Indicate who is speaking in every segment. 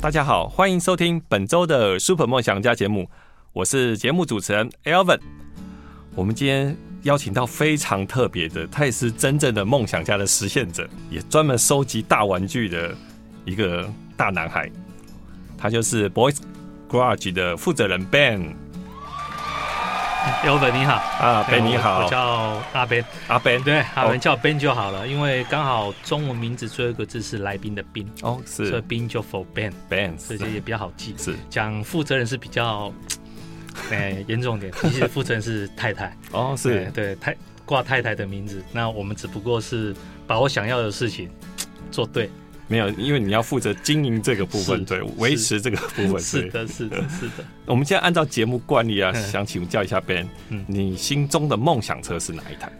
Speaker 1: 大家好，欢迎收听本周的 Super 梦想家节目，我是节目主持人 Alvin。我们今天邀请到非常特别的，他也是真正的梦想家的实现者，也专门收集大玩具的一个大男孩，他就是 Boys Garage 的负责人 Ben
Speaker 2: e 本你好，
Speaker 1: 啊，Ben 你
Speaker 2: 我
Speaker 1: 好
Speaker 2: 我，叫阿 Ben，
Speaker 1: 阿 Ben
Speaker 2: 对，阿 Ben 叫 Ben 就好了，因为刚好中文名字最后一个字是来宾的宾，
Speaker 1: 哦，
Speaker 2: 所以
Speaker 1: 是
Speaker 2: 宾就 for Ben，
Speaker 1: Ben
Speaker 2: 这
Speaker 1: 是
Speaker 2: 些也比较好记。
Speaker 1: 是
Speaker 2: 讲负责人是比较，哎，严 重点，其实负责人是太太，
Speaker 1: 哦
Speaker 2: 对
Speaker 1: 是
Speaker 2: 对，太挂太太的名字，那我们只不过是把我想要的事情做对，
Speaker 1: 没有，因为你要负责经营这个部分，
Speaker 2: 是
Speaker 1: 对，维持这个部分，
Speaker 2: 是
Speaker 1: 对
Speaker 2: 的，是的，是的，
Speaker 1: 我们现在按照节目惯例啊，
Speaker 2: 嗯
Speaker 1: 想请教一下 Ben，、
Speaker 2: 嗯
Speaker 1: 你心中的梦想车是哪一台？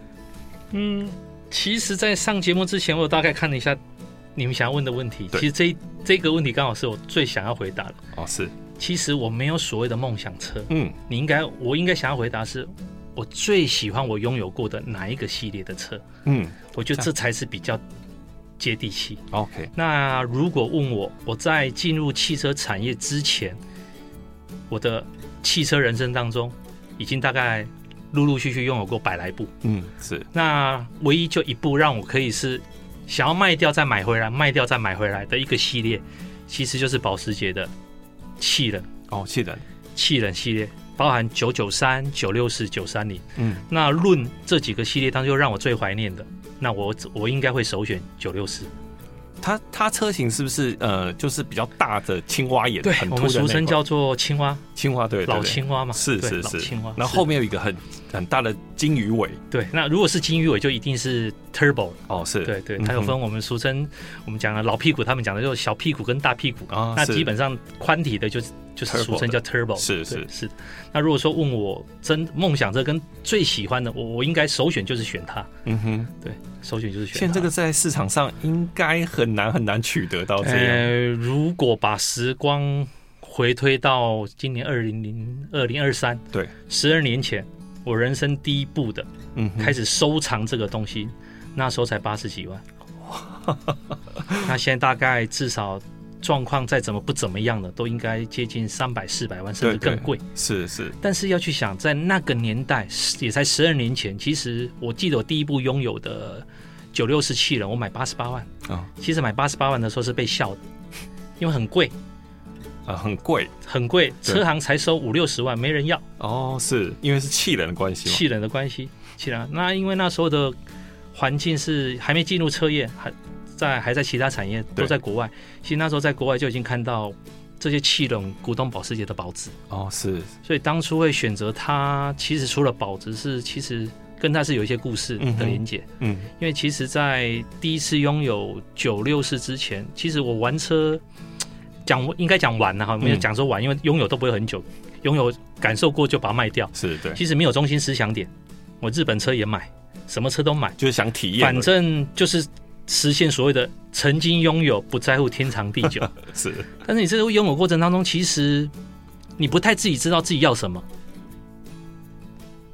Speaker 2: 嗯，其实，在上节目之前，我大概看了一下你们想要问的问题。
Speaker 1: 对
Speaker 2: 其实这一这个问题刚好是我最想要回答的。
Speaker 1: 哦，是，
Speaker 2: 其实我没有所谓的梦想车，
Speaker 1: 嗯，
Speaker 2: 你应该，我应该想要回答是，我最喜欢我拥有过的哪一个系列的车？
Speaker 1: 嗯
Speaker 2: 我觉得这才是比较接地气。
Speaker 1: ，OK，
Speaker 2: 那如果问我，我在进入汽车产业之前，我的汽车人生当中，已经大概陆陆续续拥有过百来部。
Speaker 1: 嗯，是，
Speaker 2: 那唯一就一部让我可以是想要卖掉再买回来，卖掉再买回来的一个系列，其实就是保时捷的气冷
Speaker 1: 哦，气人，
Speaker 2: 气冷系列，包含九九三、九六四、九三零。
Speaker 1: 嗯，
Speaker 2: 那论这几个系列当中，让我最怀念的，那我我应该会首选九六四。
Speaker 1: 它它车型是不是呃，就是比较大的青蛙眼，很
Speaker 2: 我
Speaker 1: 凸的
Speaker 2: 们俗
Speaker 1: 那
Speaker 2: 称
Speaker 1: 款
Speaker 2: 叫做青蛙，
Speaker 1: 青蛙，对，对
Speaker 2: 老
Speaker 1: 对
Speaker 2: 青蛙嘛，
Speaker 1: 是
Speaker 2: 对
Speaker 1: 是
Speaker 2: 老
Speaker 1: 是，
Speaker 2: 青蛙。
Speaker 1: 然后
Speaker 2: 是
Speaker 1: 后面有一个很很大的金鱼尾，
Speaker 2: 对，那如果是金鱼尾，就一定是 Turbo。
Speaker 1: 哦，是，
Speaker 2: 对对，
Speaker 1: 嗯
Speaker 2: 它有
Speaker 1: 哼
Speaker 2: 分我们俗称我们讲的老屁股，他们讲的就是小屁股跟大屁股。
Speaker 1: 啊
Speaker 2: 那
Speaker 1: 是
Speaker 2: 基本上宽体的就是就是
Speaker 1: Turbo
Speaker 2: 俗称叫 turbo，
Speaker 1: 是
Speaker 2: 对
Speaker 1: 是
Speaker 2: 是。那如果说问我真梦想这跟最喜欢的，我我应该首选就是选它，
Speaker 1: 嗯哼，
Speaker 2: 对，首选就是选它。
Speaker 1: 现在这个在市场上应该很难很难取得到这样，
Speaker 2: 呃，如果把时光回推到今年二零零二零二三，
Speaker 1: 对，
Speaker 2: 十二年前，我人生第一步的
Speaker 1: 嗯哼，
Speaker 2: 开始收藏这个东西，那时候才八十几 万。那现在大概至少状况再怎么不怎么样的，都应该接近三百、四百万，甚至
Speaker 1: 对对
Speaker 2: 更贵。
Speaker 1: 是是，
Speaker 2: 但是要去想，在那个年代，十也才十二年前，其实我记得我第一部拥有的九六四气人，我买八十八万。
Speaker 1: 哦
Speaker 2: 其实买八十八万的时候是被笑的，因为很贵，
Speaker 1: 啊，很贵。
Speaker 2: 很贵，
Speaker 1: 对
Speaker 2: 车行才收五六十万，没人要。
Speaker 1: 哦，是因为是气人的关系吗？
Speaker 2: 气人的关系，气人啊。那因为那时候的环境是还没进入车业，还在还在其他产业
Speaker 1: 对
Speaker 2: 都在国外。其实那时候在国外就已经看到这些气冷股东保时捷的保值，
Speaker 1: 哦，是，
Speaker 2: 所以当初会选择它，其实除了保值是，其实跟它是有一些故事
Speaker 1: 嗯
Speaker 2: 的
Speaker 1: 哼
Speaker 2: 连接。
Speaker 1: 嗯，
Speaker 2: 因为其实，在第一次拥有九六四之前，其实我玩车讲应该讲玩了哈，没有
Speaker 1: 嗯
Speaker 2: 讲说玩，因为拥有都不会很久，拥有感受过就把它卖掉。
Speaker 1: 是对，
Speaker 2: 其实没有中心思想点，我日本车也买，什么车都买，
Speaker 1: 就是想体验而已，
Speaker 2: 反正就是实现所谓的曾经拥有，不在乎天长地久。
Speaker 1: 是
Speaker 2: 但是你这个拥有过程当中，其实你不太自己知道自己要什么，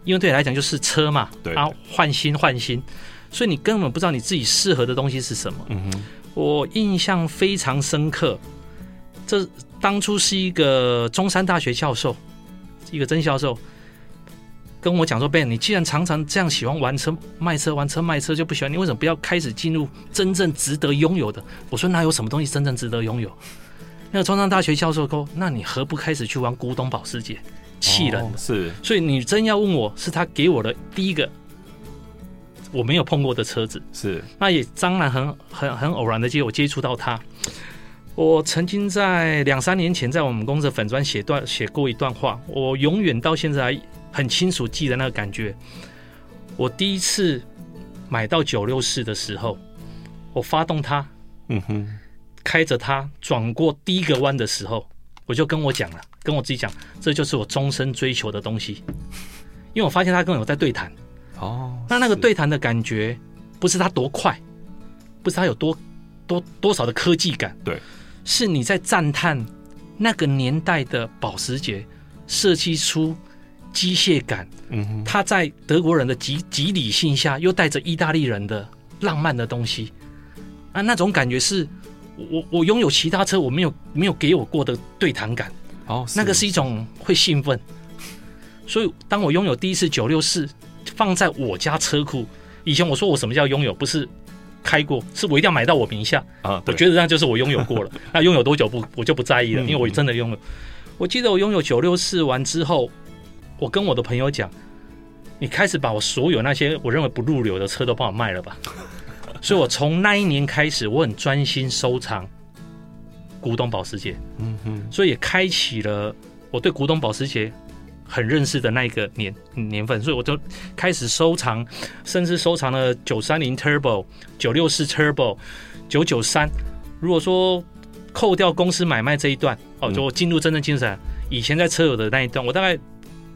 Speaker 2: 因为对你来讲就是车嘛，
Speaker 1: 对
Speaker 2: 啊，换新换新，所以你根本不知道你自己适合的东西是什么。
Speaker 1: 嗯哼，
Speaker 2: 我印象非常深刻，这当初是一个中山大学教授，一个曾教授跟我讲说：“Ben，你既然常常这样喜欢玩车、卖车、玩车、卖车，就不喜欢你为什么不要开始进入真正值得拥有的？”我说：“哪有什么东西真正值得拥有？”那个中山大学教授说：“那你何不开始去玩古董保时捷？气人！”
Speaker 1: 哦是
Speaker 2: 所以你真要问我是他给我的第一个我没有碰过的车子。
Speaker 1: 是
Speaker 2: 那也当然很很很偶然的接我接触到它。我曾经在两三年前在我们公司的粉砖写段写过一段话，我永远到现在还很清楚记得那个感觉。我第一次买到九六四的时候，我发动它，
Speaker 1: 嗯哼，
Speaker 2: 开着它转过第一个弯的时候，我就跟我讲了，跟我自己讲，这就是我终身追求的东西。因为我发现他跟我在对谈，
Speaker 1: 哦，
Speaker 2: 那那个
Speaker 1: 是
Speaker 2: 对谈的感觉，不是它多快，不是它有多多多少的科技感，
Speaker 1: 对，
Speaker 2: 是你在赞叹那个年代的保时捷设计出机械感，
Speaker 1: 嗯哼，
Speaker 2: 它在德国人的极极理性下，又带着意大利人的浪漫的东西，啊，那种感觉是我我拥有其他车我没有没有给我过的对谈感。
Speaker 1: 哦，
Speaker 2: 那个是一种会兴奋。所以，当我拥有第一次九六四放在我家车库，以前我说我什么叫拥有，不是开过，是我一定要买到我名下。
Speaker 1: 啊，
Speaker 2: 我
Speaker 1: 对
Speaker 2: 觉得那就是我拥有 过了，那拥有多久不我就不在意了，
Speaker 1: 嗯
Speaker 2: 因为我真的拥有。我记得我拥有九六四完之后，我跟我的朋友讲，你开始把我所有那些我认为不入流的车都帮我 卖了吧。所以我从那一年开始，我很专心收藏古董保时捷。
Speaker 1: 嗯哼，
Speaker 2: 所以也开启了我对古董保时捷很认识的那一个年年份，所以我就开始收藏，甚至收藏了九三零 Turbo、九六四 Turbo、九九三。如果说扣掉公司买卖这一段，哦，
Speaker 1: 嗯
Speaker 2: 就我进入真正精神，以前在车友的那一段，我大概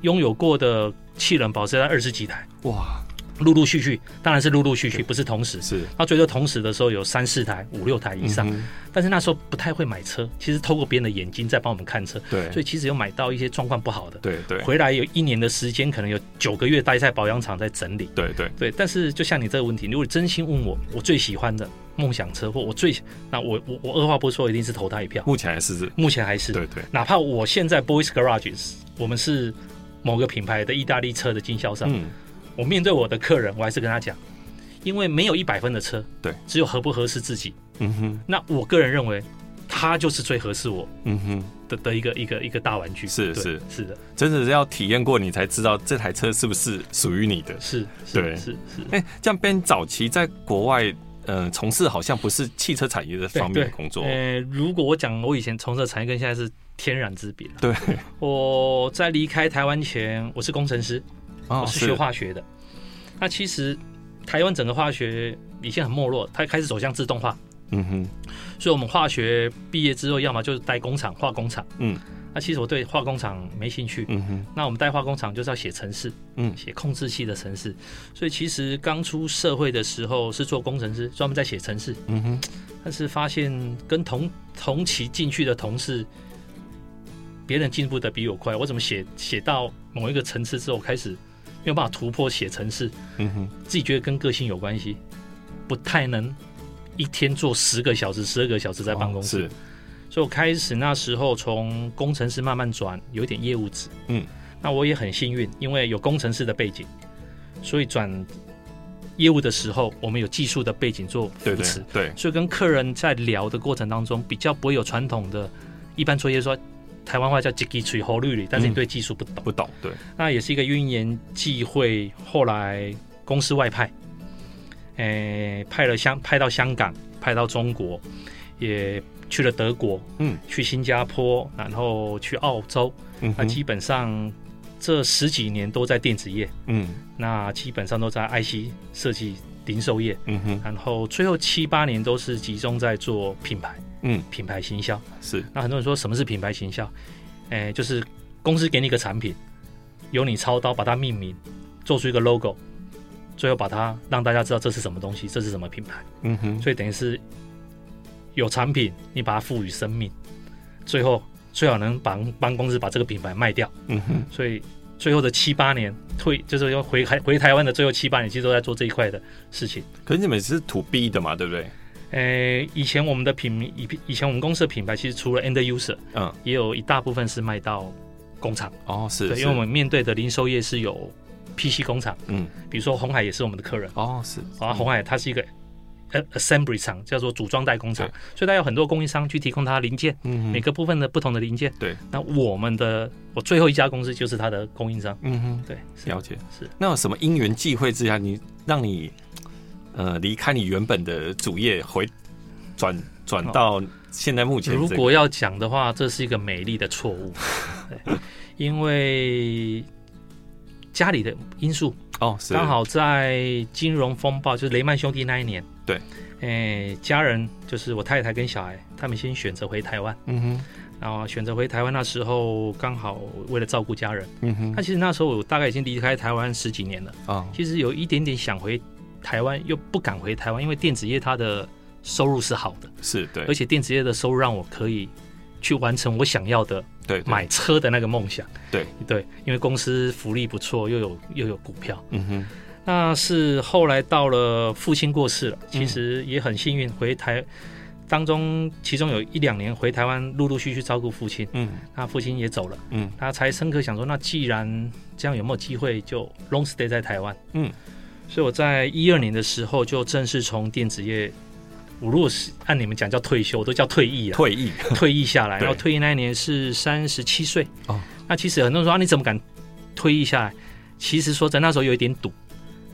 Speaker 2: 拥有过的气冷保时捷二十几台，
Speaker 1: 哇，
Speaker 2: 陆陆续续，当然是陆陆续续，不是同时。
Speaker 1: 是
Speaker 2: 那最多同时的时候有三四台、五六台以上，
Speaker 1: 嗯
Speaker 2: 但是那啊时候不太会买车，其实透过别人的眼睛在帮我们看车。
Speaker 1: 哼对，
Speaker 2: 所以其实有买到一些状况不好的，
Speaker 1: 对对
Speaker 2: 回来有一年的时间，可能有九个月待在保养厂在整理。
Speaker 1: 对对，
Speaker 2: 对，但是就像你这个问题，如果真心问我，我最喜欢的梦想车或我最那我我我二话不说，一定是投他一票。
Speaker 1: 目前还是是，
Speaker 2: 目前还是，
Speaker 1: 对对
Speaker 2: 哪怕我现在 Boys Garage，我们是某个品牌的意大利车的经销商，
Speaker 1: 嗯，
Speaker 2: 我面对我的客人，我还是跟他讲，因为没有一百分的车，
Speaker 1: 对，
Speaker 2: 只有合不合适自己。
Speaker 1: 嗯哼，
Speaker 2: 那我个人认为，它就是最合适我
Speaker 1: 嗯哼，
Speaker 2: 的的一个一个一个大玩具。
Speaker 1: 是
Speaker 2: 对
Speaker 1: 是
Speaker 2: 是的，
Speaker 1: 真的是要体验过你才知道这台车是不是属于你的。
Speaker 2: 是，
Speaker 1: 对
Speaker 2: 是是是。
Speaker 1: 哎、这样 Ben 早期在国外，呃，从事好像不是汽车产业的
Speaker 2: 对
Speaker 1: 方面的工作，
Speaker 2: 对呃，如果我讲我以前从事的产业跟现在是天壤之别。
Speaker 1: 对，
Speaker 2: 我在离开台湾前，我是工程师，
Speaker 1: 哦
Speaker 2: 我是学化学的。那其实台湾整个化学已经很没落，它开始走向自动化，
Speaker 1: 嗯哼，
Speaker 2: 所以我们化学毕业之后，要么就是待工厂化工厂。
Speaker 1: 嗯，
Speaker 2: 那其实我对化工厂没兴趣。
Speaker 1: 嗯哼，
Speaker 2: 那我们待化工厂就是要写程式，
Speaker 1: 嗯
Speaker 2: 写控制器的程式。所以其实刚出社会的时候是做工程师，专门在写程式。
Speaker 1: 嗯哼，
Speaker 2: 但是发现跟同同期进去的同事，别人进步的比我快，我怎么写写到某一个层次之后，开始没有办法突破写程式，
Speaker 1: 嗯哼，
Speaker 2: 自己觉得跟个性有关系，不太能一天做十个小时、十二个小时在办公室，
Speaker 1: 哦
Speaker 2: 所以我开始那时候从工程师慢慢转，有一点业务职，
Speaker 1: 嗯，
Speaker 2: 那我也很幸运，因为有工程师的背景，所以转业务的时候，我们有技术的背景做
Speaker 1: 是，对
Speaker 2: 扶持
Speaker 1: 对。对，
Speaker 2: 所以跟客人在聊的过程当中，比较不会有传统的，一般作业说台湾话叫 “jiki 吹喉绿里”，
Speaker 1: 嗯
Speaker 2: 但是你对技术不懂，
Speaker 1: 不懂，对，
Speaker 2: 那也是一个因缘际会，后来公司外派，诶、派了香派到香港，派到中国，也去了德国，
Speaker 1: 嗯，
Speaker 2: 去新加坡，然后去澳洲，
Speaker 1: 嗯
Speaker 2: 那
Speaker 1: 哼，
Speaker 2: 基本上这十几年都在电子业，
Speaker 1: 嗯
Speaker 2: 那基本上都在 IC 设计零售业。
Speaker 1: 嗯哼，
Speaker 2: 然后最后七八年都是集中在做品牌，
Speaker 1: 嗯，
Speaker 2: 品牌行销。
Speaker 1: 是，
Speaker 2: 那很多人说什么是品牌行销？哎，就是公司给你一个产品，由你操刀把它命名，做出一个 logo，最后把它让大家知道这是什么东西，这是什么品牌。
Speaker 1: 嗯哼，
Speaker 2: 所以等于是有产品，你把它赋予生命，最后最好能帮帮公司把这个品牌卖掉。
Speaker 1: 嗯哼，
Speaker 2: 所以最后的七八年退，就是要回台回台湾的最后七八年，其实都在做这一块的事情。
Speaker 1: 可是你们是 to B 的嘛，对不对？
Speaker 2: 诶，以前我们的品以以前我们公司的品牌，其实除了 end user，
Speaker 1: 嗯，
Speaker 2: 也有一大部分是卖到工厂，
Speaker 1: 哦，是，
Speaker 2: 对，
Speaker 1: 是
Speaker 2: 因为我们面对的零售业是有 PC 工厂，
Speaker 1: 嗯，
Speaker 2: 比如说红海也是我们的客人，
Speaker 1: 哦，是，
Speaker 2: 啊，红海它是一个呃 assembly 厂，叫做组装代工厂
Speaker 1: 对，
Speaker 2: 所以它有很多供应商去提供它零件，
Speaker 1: 嗯
Speaker 2: 每
Speaker 1: 哼，
Speaker 2: 个部分的不同的零件。
Speaker 1: 对，
Speaker 2: 那我们的我最后一家公司就是它的供应商。
Speaker 1: 嗯哼，
Speaker 2: 对，是
Speaker 1: 了解。
Speaker 2: 是，
Speaker 1: 那有什么因缘际会之下，你让你呃离开你原本的主业，回转转到现在目前、
Speaker 2: 哦如
Speaker 1: 这个？
Speaker 2: 果要讲的话，这是一个美丽的错误，对因为家里的因素
Speaker 1: 哦，是
Speaker 2: 刚好在金融风暴，就是雷曼兄弟那一年。
Speaker 1: 对，
Speaker 2: 诶，家人就是我太太跟小孩，他们先选择回台湾，
Speaker 1: 嗯哼，
Speaker 2: 然后选择回台湾那时候刚好为了照顾家人。
Speaker 1: 嗯哼
Speaker 2: 那，其实那时候我大概已经离开台湾十几年了，
Speaker 1: 哦，
Speaker 2: 其实有一点点想回台湾，又不敢回台湾，因为电子业它的收入是好的，
Speaker 1: 是对
Speaker 2: 而，且电子业的收入让我可以去完成我想要的
Speaker 1: 对，对，
Speaker 2: 买车的那个梦想。
Speaker 1: 对
Speaker 2: 对，因为公司福利不错，又有又有股票。
Speaker 1: 嗯哼，
Speaker 2: 那是后来到了父亲过世了，
Speaker 1: 嗯
Speaker 2: 其实也很幸运，回台当中，其中有一两年回台湾，陆陆续续照顾父亲。
Speaker 1: 嗯
Speaker 2: 那父亲也走了，
Speaker 1: 嗯
Speaker 2: 他才深刻想说，那既然这样，有没有机会就 long stay 在台湾？
Speaker 1: 嗯，
Speaker 2: 所以我在一二年的时候就正式从电子业，我如果是按你们讲叫退休，我都叫退役了，
Speaker 1: 退役，
Speaker 2: 退役下来，
Speaker 1: 对
Speaker 2: 然后退役那一年是三十七岁。
Speaker 1: 哦，
Speaker 2: 那其实很多人说啊，你怎么敢退役下来？其实说真的，那时候有一点赌。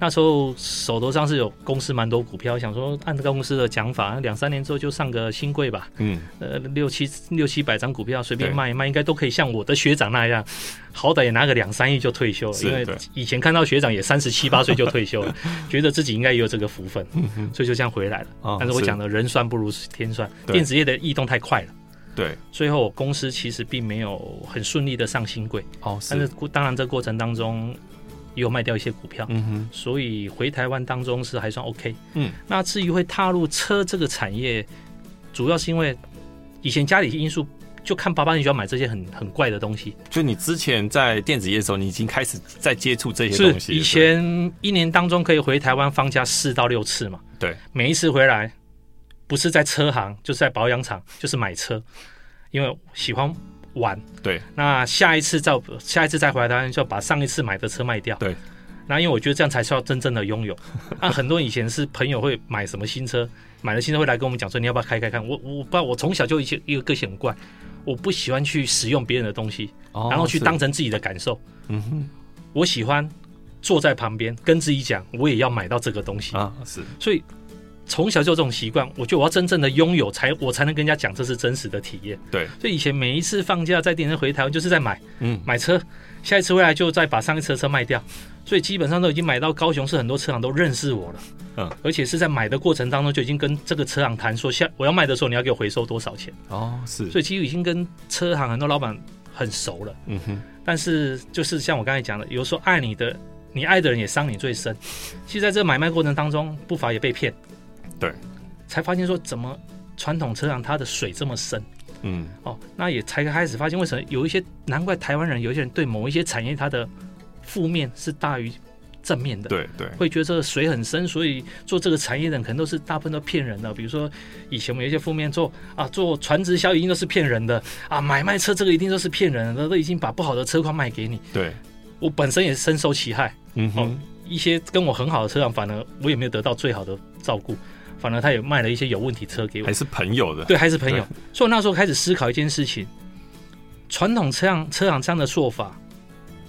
Speaker 2: 那时候手头上是有公司蛮多股票，想说按这个公司的讲法，两三年之后就上个新贵吧，
Speaker 1: 嗯，
Speaker 2: 呃，六七六七百张股票随便
Speaker 1: 对
Speaker 2: 卖一卖，应该都可以像我的学长那样，好歹也拿个两三亿就退休了。
Speaker 1: 是
Speaker 2: 因为
Speaker 1: 对
Speaker 2: 以前看到学长也三十七八岁就退 休了，觉得自己应该也有这个福分，所以就这样回来了。
Speaker 1: 嗯哦
Speaker 2: 但是我
Speaker 1: 是
Speaker 2: 讲的人算不如天算，
Speaker 1: 对
Speaker 2: 电子业的异动太快了。
Speaker 1: 对，
Speaker 2: 最后我公司其实并没有很顺利的上新柜，
Speaker 1: 哦，
Speaker 2: 但是
Speaker 1: 是，
Speaker 2: 过当然这过程当中也有卖掉一些股票，
Speaker 1: 嗯哼，
Speaker 2: 所以回台湾当中是还算 OK。
Speaker 1: 嗯，
Speaker 2: 那至于会踏入车这个产业，主要是因为以前家里因素。就看爸爸，你就要买这些很很怪的东西。
Speaker 1: 就你之前在电子业的时候，你已经开始在接触这些
Speaker 2: 是
Speaker 1: 东西了，
Speaker 2: 以前一年当中可以回台湾放假四到六次嘛？
Speaker 1: 对，
Speaker 2: 每一次回来，不是在车行，就是在保养厂，就是买车，因为喜欢玩。
Speaker 1: 对，
Speaker 2: 那下一次再下一次再回来台湾，就要把上一次买的车卖掉。
Speaker 1: 对，
Speaker 2: 那因为我觉得这样才是要真正的拥有。那很多以前是朋友会买什么新车，买了新车会来跟我们讲说你要不要开开看。我我我不知道，我从小就一些一个个性很怪，我不喜欢去使用别人的东西，
Speaker 1: 哦
Speaker 2: 然后去
Speaker 1: 是
Speaker 2: 当成自己的感受。
Speaker 1: 嗯哼
Speaker 2: 我喜欢坐在旁边跟自己讲，我也要买到这个东西。
Speaker 1: 啊，是
Speaker 2: 所以从小就有这种习惯，我觉得我要真正的拥有才，我才能跟人家讲这是真实的体验。
Speaker 1: 对，
Speaker 2: 所以以前每一次放假在电车回台湾，就是在买
Speaker 1: 嗯
Speaker 2: 买车，下一次回来就再把上一次的车卖掉，所以基本上都已经买到高雄市很多车行都认识我了。
Speaker 1: 嗯，
Speaker 2: 而且是在买的过程当中就已经跟这个车行谈说，下我要卖的时候你要给我回收多少钱，
Speaker 1: 哦是，
Speaker 2: 所以其实已经跟车行很多老板很熟了。
Speaker 1: 嗯哼
Speaker 2: 但是就是像我刚才讲的，有时候爱你的，你爱的人也伤你最深。其实在这买卖过程当中，不乏也被骗，
Speaker 1: 对，
Speaker 2: 才发现说怎么传统车行它的水这么深
Speaker 1: 嗯
Speaker 2: 哦，那也才开始发现为什么有一些难怪台湾人有一些人对某一些产业它的负面是大于正面的。
Speaker 1: 对对
Speaker 2: 会觉得这个水很深，所以做这个产业的人可能都是大部分都骗人的。比如说，以前我们有一些负面做啊，做传直销一定都是骗人的啊，买卖车这个一定都是骗人的，都已经把不好的车况卖给你。
Speaker 1: 对，
Speaker 2: 我本身也深受其害，哦
Speaker 1: 嗯哼
Speaker 2: 一些跟我很好的车辆，反而我也没有得到最好的照顾，反而他也卖了一些有问题车给我
Speaker 1: 还。是朋友的，
Speaker 2: 对，还是朋友。所以我那时候开始思考一件事情：传统车辆车厂这样的做法，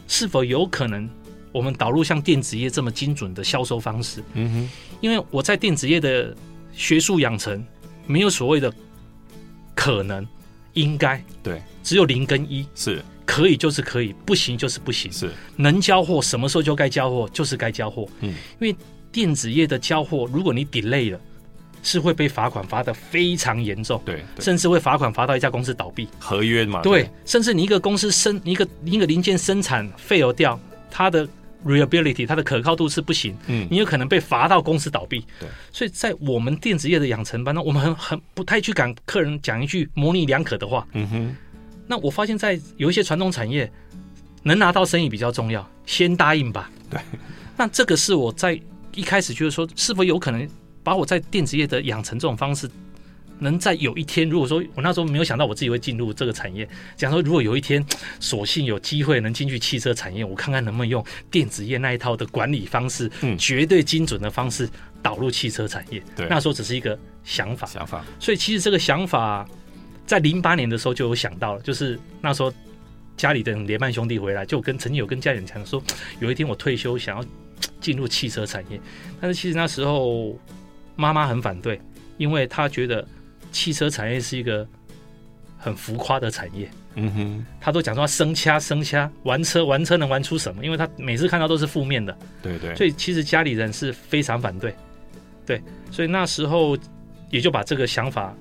Speaker 2: 是否有可能我们导入像电子业这么精准的销售方式？
Speaker 1: 嗯
Speaker 2: 因为我在电子业的学术养成，没有所谓的可能、应该，
Speaker 1: 哼对
Speaker 2: 只有零跟一，
Speaker 1: 是
Speaker 2: 可以就是可以，不行就是不行。
Speaker 1: 是
Speaker 2: 能交货什么时候就该交货，就是该交货。
Speaker 1: 嗯，
Speaker 2: 因为电子业的交货，如果你 delay 了，是会被罚款罚的非常严重，
Speaker 1: 对对啊
Speaker 2: 甚至会罚款罚到一家公司倒闭。
Speaker 1: 合约嘛，
Speaker 2: 对，甚至你一个公司生你一个你一个零件生产废油掉，它的 reliability 它的可靠度是不行，
Speaker 1: 嗯
Speaker 2: 你有可能被罚到公司倒闭。
Speaker 1: 对，
Speaker 2: 所以在我们电子业的养成班呢，我们很很不太去敢客人讲一句模棱两可的话。
Speaker 1: 嗯哼
Speaker 2: 那我发现，在有一些传统产业，能拿到生意比较重要，先答应吧。
Speaker 1: 对，
Speaker 2: 那这个是我在一开始就是说，是否有可能把我在电子业的养成这种方式能在有一天，如果说我那时候没有想到我自己会进入这个产业，想说如果有一天，索性有机会能进去汽车产业，我看看能不能用电子业那一套的管理方式，
Speaker 1: 嗯
Speaker 2: 绝对精准的方式导入汽车产业。
Speaker 1: 对
Speaker 2: 那时候只是一个想法，
Speaker 1: 想法，
Speaker 2: 所以其实这个想法在零八年的时候就有想到了，就是那时候家里的联曼兄弟回来，就跟曾经有跟家里人讲说，有一天我退休想要进入汽车产业，但是其实那时候妈妈很反对，因为她觉得汽车产业是一个很浮夸的产业。
Speaker 1: 嗯哼，
Speaker 2: 她都讲说她生掐生掐，玩车玩车能玩出什么？因为她每次看到都是负面的，
Speaker 1: 对对，
Speaker 2: 所以其实家里人是非常反对，对，所以那时候也就把这个想法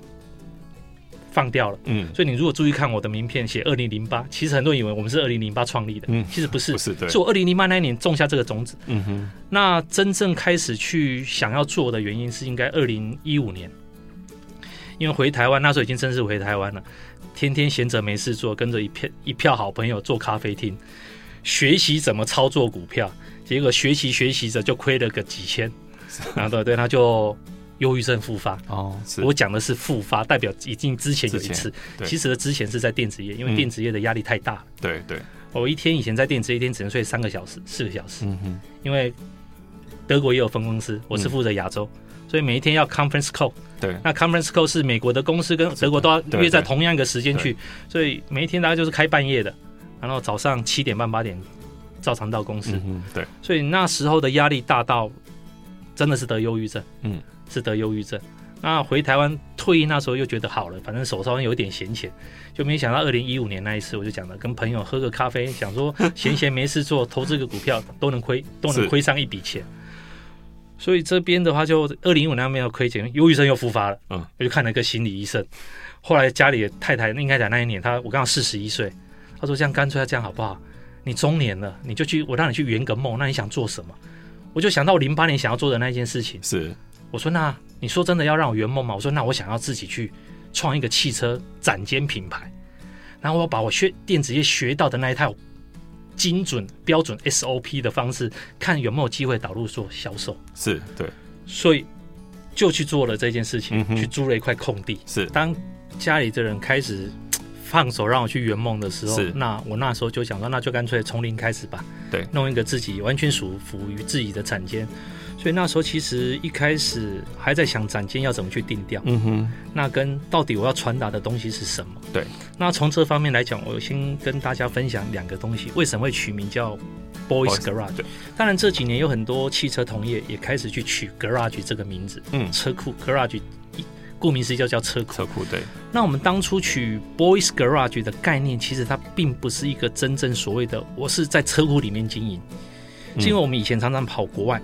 Speaker 2: 放掉了。
Speaker 1: 嗯，
Speaker 2: 所以你如果注意看我的名片写二零零八，其实很多人以为我们是二零零八创立的，
Speaker 1: 嗯
Speaker 2: 其实不是
Speaker 1: 不，是对，
Speaker 2: 是我二零零八那一年种下这个种子。
Speaker 1: 嗯哼，
Speaker 2: 那真正开始去想要做的原因是应该二零一五年，因为回台湾那时候已经正式回台湾了，天天闲着没事做，跟着一片一票好朋友做咖啡厅，学习怎么操作股票，结果学习学习着就亏了个几 千，然后对对，他就忧郁症复发。
Speaker 1: 哦，是，
Speaker 2: 我讲的是复发，代表已经之前有一
Speaker 1: 之
Speaker 2: 次，
Speaker 1: 对
Speaker 2: 其实的之前是在电子业，因为
Speaker 1: 嗯
Speaker 2: 电子业的压力太大了。
Speaker 1: 对对，
Speaker 2: 我一天以前在电子业，一天只能睡三个小时、四个小时。
Speaker 1: 嗯哼，
Speaker 2: 因为德国也有分公司，我是负责亚洲，所以每一天要 conference call。
Speaker 1: 嗯对，
Speaker 2: 那 conference call 是美国的公司跟德国都要
Speaker 1: 对
Speaker 2: 约在同样一个时间去，所以每一天大概就是开半夜的，然后早上七点半八点照常到公司，
Speaker 1: 嗯哼，对，
Speaker 2: 所以那时候的压力大到真的是得忧郁症，
Speaker 1: 嗯，
Speaker 2: 是得忧郁症。那回台湾退役那时候又觉得好了，反正手上有点闲钱，就没想到二零一五年那一次，我就讲了，跟朋友喝个咖啡，想说闲闲没事做，投资个股票都能亏，都能
Speaker 1: 是
Speaker 2: 亏上一笔钱。所以这边的话就，二零一五年没有亏钱，忧郁症又复发了，
Speaker 1: 嗯，
Speaker 2: 我就看了一个心理医生。后来家里的太太应该在那一年，她我刚好四十一岁，她说这样干脆这样好不好？你中年了，你就去，我让你去圆个梦，那你想做什么？我就想到零八年想要做的那一件事情。
Speaker 1: 是，
Speaker 2: 我说那你说真的要让我圆梦吗？我说那我想要自己去创一个汽车展间品牌，然后我把我学电子业学到的那一套精准标准 SOP 的方式，看有没有机会导入做销售。
Speaker 1: 是，对，
Speaker 2: 所以就去做了这件事情，
Speaker 1: 嗯哼
Speaker 2: 去租了一块空地。
Speaker 1: 是，
Speaker 2: 当家里的人开始放手让我去圆梦的时候
Speaker 1: 是，
Speaker 2: 那我那时候就想说，那就干脆从零开始吧。
Speaker 1: 对
Speaker 2: 弄一个自己完全属服于自己的展间。所以那时候其实一开始还在想展间要怎么去定调，
Speaker 1: 嗯哼，
Speaker 2: 那跟到底我要传达的东西是什么？
Speaker 1: 对。
Speaker 2: 那从这方面来讲，我先跟大家分享两个东西，为什么会取名叫 Boys
Speaker 1: Boys
Speaker 2: Garage？
Speaker 1: 对
Speaker 2: 当然这几年有很多汽车同业也开始去取 Garage 这个名字，
Speaker 1: 嗯
Speaker 2: 车库 Garage，顾名思义就叫车库。
Speaker 1: 车库对，
Speaker 2: 那我们当初取 Boys Garage 的概念，其实它并不是一个真正所谓的我是在车库里面经营，
Speaker 1: 嗯
Speaker 2: 是因为我们以前常常跑国外，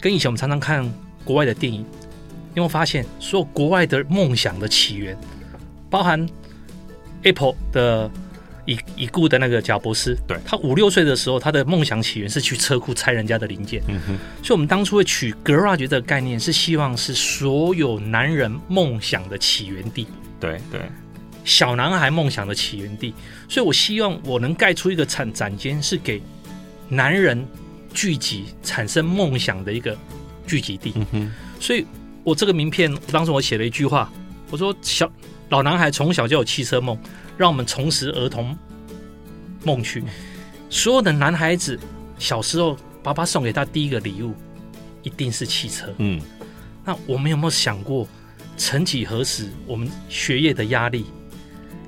Speaker 2: 跟以前我们常常看国外的电影，你会发现所有国外的梦想的起源，包含 Apple 的已已故的那个贾伯斯，
Speaker 1: 对
Speaker 2: 他五六岁的时候，他的梦想起源是去车库拆人家的零件，
Speaker 1: 嗯哼，
Speaker 2: 所以我们当初会取 Garage 这个概念，是希望是所有男人梦想的起源地。
Speaker 1: 对对，
Speaker 2: 小男孩梦想的起源地，所以我希望我能盖出一个展展间，是给男人聚集、产生梦想的一个聚集地。
Speaker 1: 嗯哼，
Speaker 2: 所以我这个名片，当时我写了一句话，我说小老男孩从小就有汽车梦，让我们重拾儿童梦去。
Speaker 1: 嗯
Speaker 2: 所有的男孩子小时候，爸爸送给他第一个礼物一定是汽车。
Speaker 1: 嗯，
Speaker 2: 那我们有没有想过，曾几何时，我们学业的压力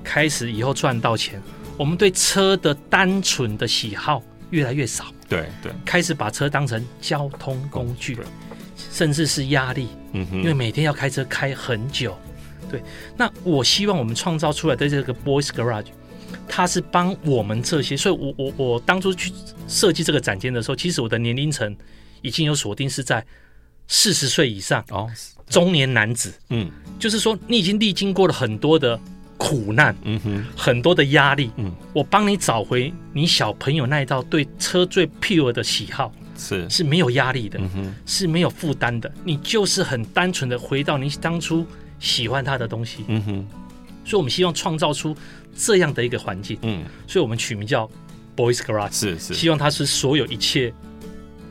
Speaker 2: 开始以后赚到钱，我们对车的单纯的喜好越来越少，
Speaker 1: 对对，
Speaker 2: 开始把车当成交通工具
Speaker 1: 对，
Speaker 2: 甚至是压力，
Speaker 1: 嗯
Speaker 2: 因为
Speaker 1: 哼，
Speaker 2: 每天要开车开很久。对，那我希望我们创造出来的这个 Boys Garage，它是帮我们这些，所以我我我当初去设计这个展间的时候，其实我的年龄层已经有锁定是在四十岁以上。
Speaker 1: 哦，
Speaker 2: 中年男子，
Speaker 1: 嗯
Speaker 2: 就是说你已经历经过了很多的苦难，
Speaker 1: 嗯哼，
Speaker 2: 很多的压力，
Speaker 1: 嗯，
Speaker 2: 我帮你找回你小朋友那一道对车最 pure 的喜好，
Speaker 1: 是，
Speaker 2: 是没有压力的，
Speaker 1: 嗯哼，
Speaker 2: 是没有负担的，你就是很单纯的回到你当初喜欢他的东西，
Speaker 1: 嗯哼，
Speaker 2: 所以我们希望创造出这样的一个环境，
Speaker 1: 嗯，
Speaker 2: 所以我们取名叫 Boys Garage，
Speaker 1: 是是，
Speaker 2: 希望它是所有一切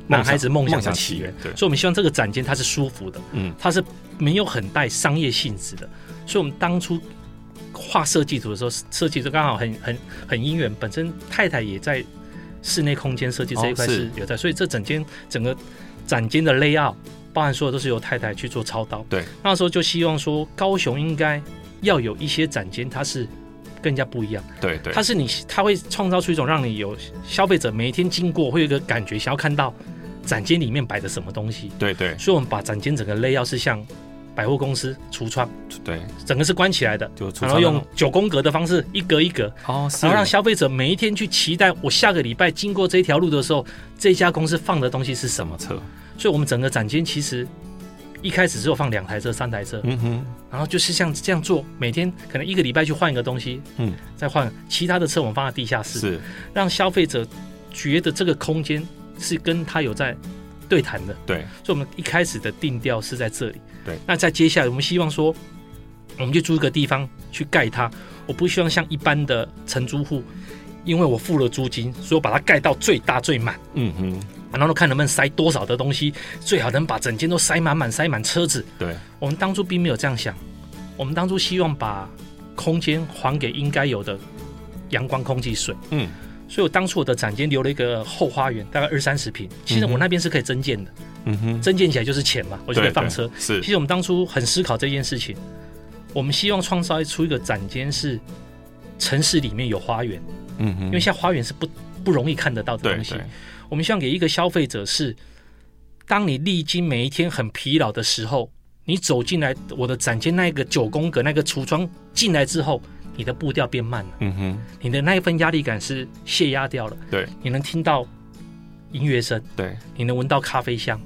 Speaker 2: 男孩子梦想的起
Speaker 1: 起
Speaker 2: 源。，
Speaker 1: 对，
Speaker 2: 所以我们希望这个展间它是舒服的，
Speaker 1: 嗯
Speaker 2: 它是没有很带商业性质的。所以我们当初画设计图的时候，设计就刚好很很很因缘，本身太太也在室内空间设计这一块
Speaker 1: 哦是
Speaker 2: 是有在，所以这整间整个展间的 layout，包含所有都是由太太去做操刀。
Speaker 1: 对，
Speaker 2: 那时候就希望说高雄应该要有一些展间，它是更加不一样。
Speaker 1: 对对，
Speaker 2: 它是你，它会创造出一种让你有消费者每一天经过会有一个感觉，想要看到展间里面摆的什么东西。
Speaker 1: 对对
Speaker 2: 所以我们把展间整个 layout 是像百货公司橱窗，
Speaker 1: 对，
Speaker 2: 整个是关起来的，
Speaker 1: 就出
Speaker 2: 然后用九宫格的方式一格一格，
Speaker 1: 哦，是
Speaker 2: 然后让消费者每一天去期待我下个礼拜经过这条路的时候，这家公司放的东西是什
Speaker 1: 怎
Speaker 2: 么
Speaker 1: 么。测？
Speaker 2: 所以我们整个展间其实一开始只有放两台车、三台车，
Speaker 1: 嗯哼，
Speaker 2: 然后就是像这样做，每天可能一个礼拜去换一个东西，
Speaker 1: 嗯，
Speaker 2: 再换其他的车，我们放在地下室，
Speaker 1: 是
Speaker 2: 让消费者觉得这个空间是跟他有在对谈的。
Speaker 1: 对
Speaker 2: 所以我们一开始的定调是在这里。
Speaker 1: 对，
Speaker 2: 那在接下来，我们希望说，我们就租一个地方去盖它。我不希望像一般的承租户，因为我付了租金，所以我把它盖到最大最满。
Speaker 1: 嗯哼，
Speaker 2: 然后看能不能塞多少的东西，最好能把整间都塞满满，塞满车子。
Speaker 1: 对
Speaker 2: 我们当初并没有这样想，我们当初希望把空间还给应该有的阳光、空气、水。
Speaker 1: 嗯，
Speaker 2: 所以我当初我的展间留了一个后花园，大概二三十平。其实
Speaker 1: 嗯哼
Speaker 2: 我那边是可以增建的，
Speaker 1: 嗯哼，
Speaker 2: 增建起来就是钱嘛，我就可以
Speaker 1: 对
Speaker 2: 放
Speaker 1: 对
Speaker 2: 车。
Speaker 1: 是
Speaker 2: 其实我们当初很思考这件事情，我们希望创造出一个展间是城市里面有花园，
Speaker 1: 嗯哼，
Speaker 2: 因为现在花园是不不容易看得到的
Speaker 1: 对
Speaker 2: 东西。
Speaker 1: 对
Speaker 2: 我们希望给一个消费者是，当你历经每一天很疲劳的时候，你走进来我的展间那个九宫格那个橱窗进来之后，你的步调变慢了，
Speaker 1: 嗯哼，
Speaker 2: 你的那一份压力感是泄压掉了。
Speaker 1: 对，
Speaker 2: 你能听到音乐声，
Speaker 1: 对
Speaker 2: 你能闻到咖啡香，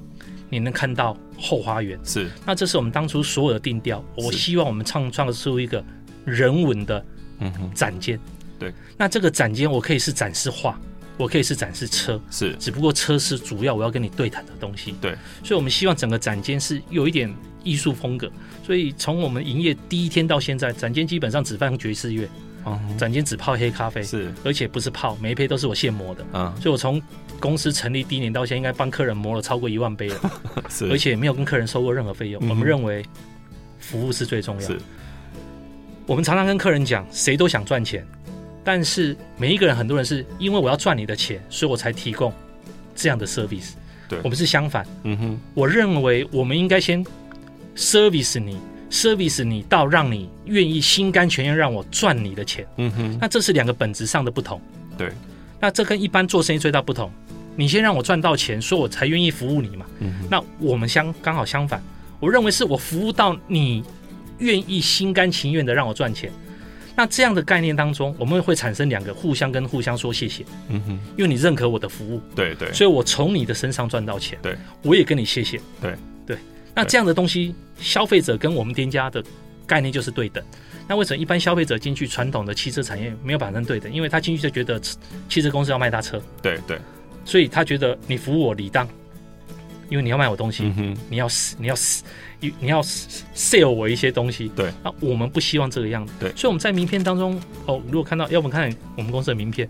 Speaker 2: 你能看到后花园。
Speaker 1: 是
Speaker 2: 那这是我们当初所有的定调。我
Speaker 1: 是
Speaker 2: 希望我们创创出一个人文的
Speaker 1: 嗯哼
Speaker 2: 展间。
Speaker 1: 对，
Speaker 2: 那这个展间我可以是展示画，我可以是展示车，
Speaker 1: 是
Speaker 2: 只不过车是主要我要跟你对谈的东西。
Speaker 1: 对，
Speaker 2: 所以我们希望整个展间是有一点艺术风格。所以从我们营业第一天到现在，展间基本上只放爵士乐，
Speaker 1: 嗯哼
Speaker 2: 展间只泡黑咖啡，
Speaker 1: 是
Speaker 2: 而且不是泡，每一杯都是我现磨的。
Speaker 1: 嗯
Speaker 2: 所以我从公司成立第一年到现在，应该帮客人磨了超过一万杯了。
Speaker 1: 是
Speaker 2: 而且没有跟客人收过任何费用。
Speaker 1: 嗯哼
Speaker 2: 我们认为服务是最重要的
Speaker 1: 是。
Speaker 2: 我们常常跟客人讲，谁都想赚钱，但是每一个人，很多人是因为我要赚你的钱，所以我才提供这样的 service。
Speaker 1: 对
Speaker 2: 我们是相反。
Speaker 1: 嗯哼
Speaker 2: 我认为我们应该先 service 你，service 你到让你愿意心甘情愿让我赚你的钱。
Speaker 1: 嗯哼
Speaker 2: 那这是两个本质上的不同。
Speaker 1: 对，
Speaker 2: 那这跟一般做生意最大不同，你先让我赚到钱，所以我才愿意服务你嘛。
Speaker 1: 嗯哼
Speaker 2: 那我们相刚好相反，我认为是我服务到你愿意心甘情愿的让我赚钱。那这样的概念当中，我们会产生两个互相跟互相说谢谢，
Speaker 1: 嗯哼
Speaker 2: 因为你认可我的服务，
Speaker 1: 对对
Speaker 2: 所以我从你的身上赚到钱，
Speaker 1: 对，
Speaker 2: 我也跟你谢谢，
Speaker 1: 对
Speaker 2: 对。那这样的东西，消费者跟我们店家的概念就是对等。那为什么一般消费者进去传统的汽车产业没有把它对等？因为他进去就觉得汽车公司要卖他车，
Speaker 1: 对对
Speaker 2: 所以他觉得你服务我理当，因为你要卖我东西，
Speaker 1: 嗯哼
Speaker 2: 你要你要你你要 sell 我一些东西。
Speaker 1: 对，
Speaker 2: 那我们不希望这个样子。
Speaker 1: 对
Speaker 2: 所以我们在名片当中，哦，如果看到，要不看我们公司的名片，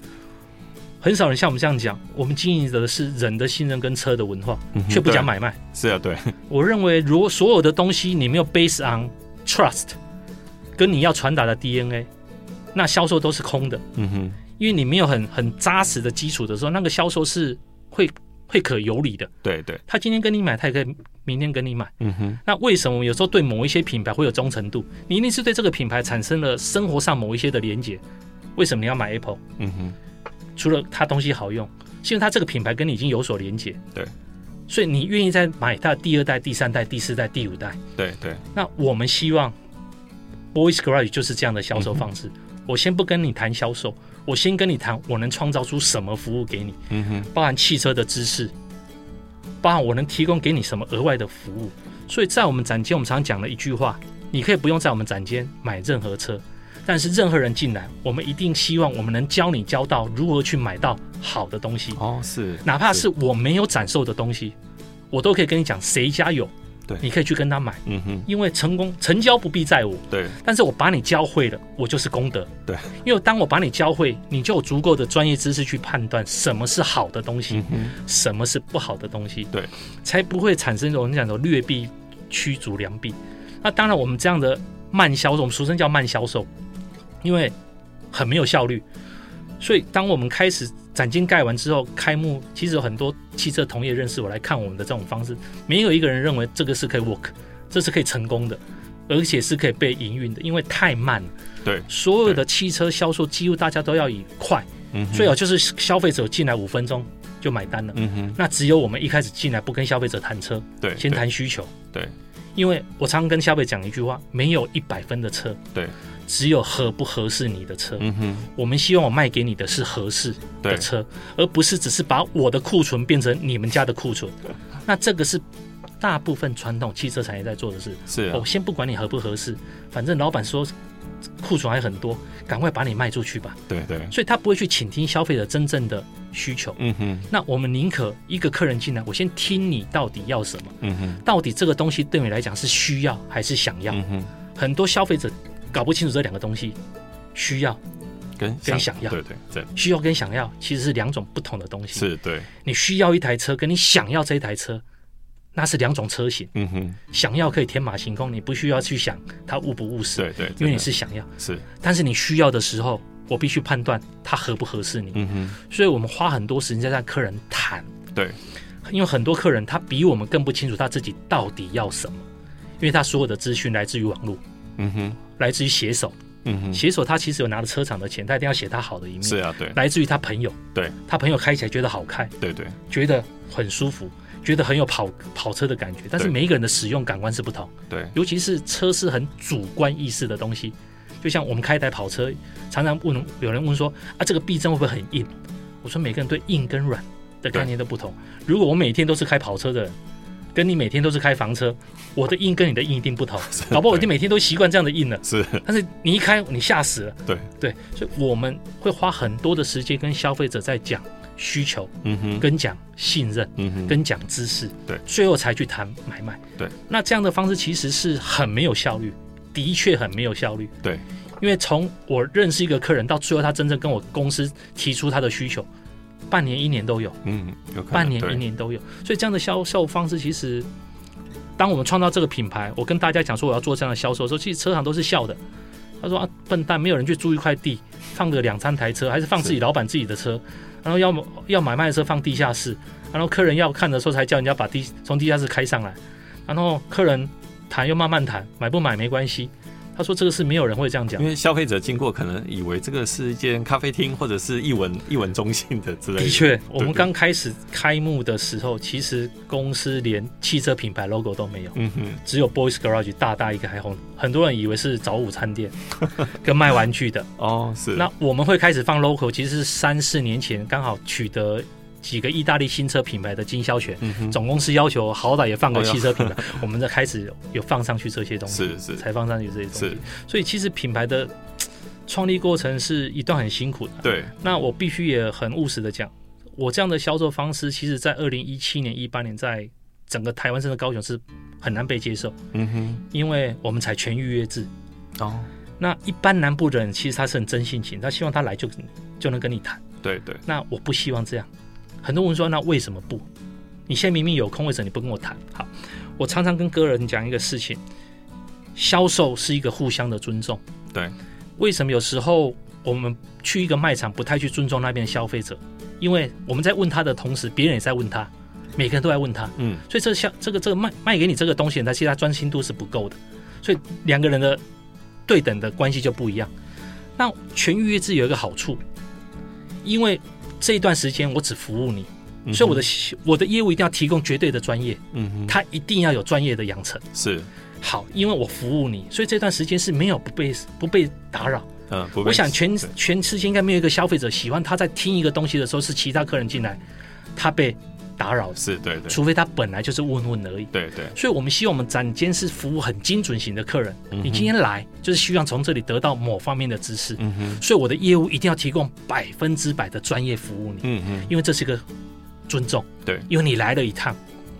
Speaker 2: 很少人像我们这样讲，我们经营的是人的信任跟车的文化，
Speaker 1: 嗯哼
Speaker 2: 却不讲
Speaker 1: 对
Speaker 2: 买卖。
Speaker 1: 是啊对
Speaker 2: 我认为，如果所有的东西你没有 based on trust，跟你要传达的 DNA，那销售都是空的，
Speaker 1: 嗯哼
Speaker 2: 因为你没有很很扎实的基础的时候，那个销售是会会可有理的。
Speaker 1: 对对
Speaker 2: 他今天跟你买，他也可以明天跟你买。
Speaker 1: 嗯哼
Speaker 2: 那为什么我们有时候对某一些品牌会有忠诚度？你一定是对这个品牌产生了生活上某一些的连结。为什么你要买 Apple？
Speaker 1: 嗯哼
Speaker 2: 除了它东西好用，是因为它这个品牌跟你已经有所连结。
Speaker 1: 对，
Speaker 2: 所以你愿意再买它的第二代、第三代、第四代、第五代。
Speaker 1: 对对
Speaker 2: 那我们希望 Boys Garage 就是这样的销售方式。我先不跟你谈销售，我先跟你谈我能创造出什么服务给你，
Speaker 1: 嗯哼
Speaker 2: 包含汽车的知识，包含我能提供给你什么额外的服务。所以在我们展间，我们常讲的一句话，你可以不用在我们展间买任何车，但是任何人进来，我们一定希望我们能教你教到如何去买到好的东西，
Speaker 1: 哦是
Speaker 2: 哪怕是我没有展售的东西，我都可以跟你讲谁家有，
Speaker 1: 对
Speaker 2: 你可以去跟他买，
Speaker 1: 嗯哼，
Speaker 2: 因为成功成交不必在我，
Speaker 1: 对
Speaker 2: 但是我把你教会了，我就是功德。
Speaker 1: 对，
Speaker 2: 因为当我把你教会，你就有足够的专业知识去判断什么是好的东西，
Speaker 1: 嗯哼，
Speaker 2: 什么是不好的东西，
Speaker 1: 对，
Speaker 2: 才不会产生我们讲的劣币驱逐良币。那当然，我们这样的慢销售，我们俗称叫慢销售，因为很没有效率。所以，当我们开始展间盖完之后，开幕，其实有很多汽车同业认识我来看我们的这种方式，没有一个人认为这个是可以 work，这是可以成功的，而且是可以被营运的，因为太慢了。
Speaker 1: 对，
Speaker 2: 所有的汽车销售几乎大家都要以快，
Speaker 1: 嗯哼，
Speaker 2: 最好就是消费者进来五分钟就买单了。
Speaker 1: 嗯哼，
Speaker 2: 那只有我们一开始进来不跟消费者谈车，
Speaker 1: 对，
Speaker 2: 先
Speaker 1: 对，
Speaker 2: 谈需求。
Speaker 1: 对，
Speaker 2: 因为我常跟消费者讲一句话：没有一百分的车，
Speaker 1: 对，
Speaker 2: 只有合不合适你的车。
Speaker 1: 嗯哼，
Speaker 2: 我们希望我卖给你的是合适的
Speaker 1: 对，
Speaker 2: 车，而不是只是把我的库存变成你们家的库存。那这个是大部分传统汽车产业在做的事。
Speaker 1: 是啊
Speaker 2: 我、，先不管你合不合适，反正老板说库存还很多，赶快把你卖出去吧。
Speaker 1: 对对，
Speaker 2: 所以他不会去倾听消费者真正的需求。
Speaker 1: 嗯哼，
Speaker 2: 那我们宁可一个客人进来，我先听你到底要什么，
Speaker 1: 嗯哼，
Speaker 2: 到底这个东西对你来讲是需要还是想要？
Speaker 1: 嗯哼，
Speaker 2: 很多消费者搞不清楚这两个东西，需要
Speaker 1: 跟
Speaker 2: 跟想要
Speaker 1: 对对，这
Speaker 2: 需要跟想要其实是两种不同的东西。
Speaker 1: 是对，
Speaker 2: 你需要一台车，跟你想要这一台车，那是两种车型。
Speaker 1: 嗯哼，
Speaker 2: 想要可以天马行空，你不需要去想它务不务实，
Speaker 1: 对对，
Speaker 2: 因为你
Speaker 1: 真
Speaker 2: 是想要。
Speaker 1: 的是，
Speaker 2: 但是你需要的时候，我必须判断它合不合适你。
Speaker 1: 嗯哼，
Speaker 2: 所以我们花很多时间在让客人谈。
Speaker 1: 对，
Speaker 2: 因为很多客人他比我们更不清楚他自己到底要什么，因为他所有的资讯来自于网络，
Speaker 1: 嗯哼，
Speaker 2: 来自于写手，
Speaker 1: 嗯哼，
Speaker 2: 写手他其实有拿着车厂的钱，他一定要写他好的一面，
Speaker 1: 是啊，对
Speaker 2: 来自于他朋友，
Speaker 1: 对，
Speaker 2: 他朋友开起来觉得好开，
Speaker 1: 对对，
Speaker 2: 觉得很舒服。觉得很有跑跑车的感觉，但是
Speaker 1: 对
Speaker 2: 每一个人的使用感官是不同，
Speaker 1: 对，
Speaker 2: 尤其是车是很主观意识的东西。就像我们开一台跑车，常常问有人问说啊，这个避震会不会很硬？我说每个人对硬跟软的概念都不同。如果我每天都是开跑车的人，跟你每天都是开房车，我的硬跟你的硬一定不同，搞不好我就每天都习惯这样的硬了。
Speaker 1: 是，
Speaker 2: 但是你一开，你吓死了。
Speaker 1: 对
Speaker 2: 对，所以我们会花很多的时间跟消费者在讲需求，
Speaker 1: 嗯哼，
Speaker 2: 跟讲信任。
Speaker 1: 嗯哼，
Speaker 2: 跟讲知识，
Speaker 1: 对
Speaker 2: 最后才去谈买卖，
Speaker 1: 对。
Speaker 2: 那这样的方式其实是很没有效率，的确很没有效率，
Speaker 1: 对。
Speaker 2: 因为从我认识一个客人到最后，他真正跟我公司提出他的需求，半年一年都有，
Speaker 1: 嗯，有可能
Speaker 2: 半年
Speaker 1: 对
Speaker 2: 一年都有。所以这样的销售方式，其实当我们创造这个品牌，我跟大家讲说我要做这样的销售的时候，其实车厂都是笑的。他说啊，笨蛋，没有人去租一块地，放个两三台车，还是放自己老板自己的车，然后要么要买卖的车放地下室，然后客人要看的时候才叫人家把地从地下室开上来，然后客人谈又慢慢谈，买不买没关系。他说这个是没有人会这样讲
Speaker 1: 因，为消费者经过可能以为这个是一间咖啡厅或者是一文一文中心的之类的。
Speaker 2: 的确，我
Speaker 1: 对
Speaker 2: 们刚开始开幕的时候，其实公司连汽车品牌 logo 都没有。
Speaker 1: 嗯哼，
Speaker 2: 只有 Boys Garage 大大一个还红，很多人以为是早午餐店跟卖 玩具的。
Speaker 1: 哦是，
Speaker 2: 那我们会开始放 logo，其实是三四年前刚好取得几个意大利新车品牌的经销权，
Speaker 1: 嗯哼，
Speaker 2: 总公司要求好歹也放个
Speaker 1: 哎呀
Speaker 2: 汽 车品牌，我们再开始有放上去这些东西，
Speaker 1: 是是
Speaker 2: 才放上去这些东西
Speaker 1: 是。，
Speaker 2: 所以其实品牌的嘖创立过程是一段很辛苦的。
Speaker 1: 对，
Speaker 2: 那我必须也很务实的讲，我这样的销售方式，其实在二零一七年、一八年，在整个台湾甚至高雄是很难被接受。
Speaker 1: 嗯哼，
Speaker 2: 因为我们采全预约制。
Speaker 1: 哦，
Speaker 2: 那一般南部的人其实他是很真性情，他希望他来就就能跟你谈。
Speaker 1: 对对，
Speaker 2: 那我不希望这样。很多人说，那为什么不？你现在明明有空位置，你不跟我谈？好，我常常跟个人讲一个事情：销售是一个互相的尊重。
Speaker 1: 对，
Speaker 2: 为什么有时候我们去一个卖场不太去尊重那边的消费者？因为我们在问他的同时，别人也在问他，每个人都在问他。
Speaker 1: 嗯
Speaker 2: 所以这像这个这个卖卖给你这个东西，它其实它专心度是不够的，所以两个人的对等的关系就不一样。那全预约制有一个好处，因为这一段时间我只服务你，
Speaker 1: 嗯哼
Speaker 2: 所以我的我的业务一定要提供绝对的专业，
Speaker 1: 嗯哼，
Speaker 2: 它一定要有专业的养成。
Speaker 1: 是，
Speaker 2: 好，因为我服务你，所以这段时间是没有不被不被打扰。
Speaker 1: 嗯，不被
Speaker 2: 我想全
Speaker 1: 对
Speaker 2: 全世界应该没有一个消费者喜欢他在听一个东西的时候是其他客人进来，他被打扰的，
Speaker 1: 是，对对
Speaker 2: 除非他本来就是问问而已。
Speaker 1: 对对，
Speaker 2: 所以我们希望我们展间是服务很精准型的客人。
Speaker 1: 嗯哼
Speaker 2: 你今天来就是希望从这里得到某方面的知识，
Speaker 1: 嗯哼，
Speaker 2: 所以我的业务一定要提供百分之百的专业服务你，
Speaker 1: 嗯哼，
Speaker 2: 因为这是一个尊重。
Speaker 1: 对
Speaker 2: 因为你来了一趟，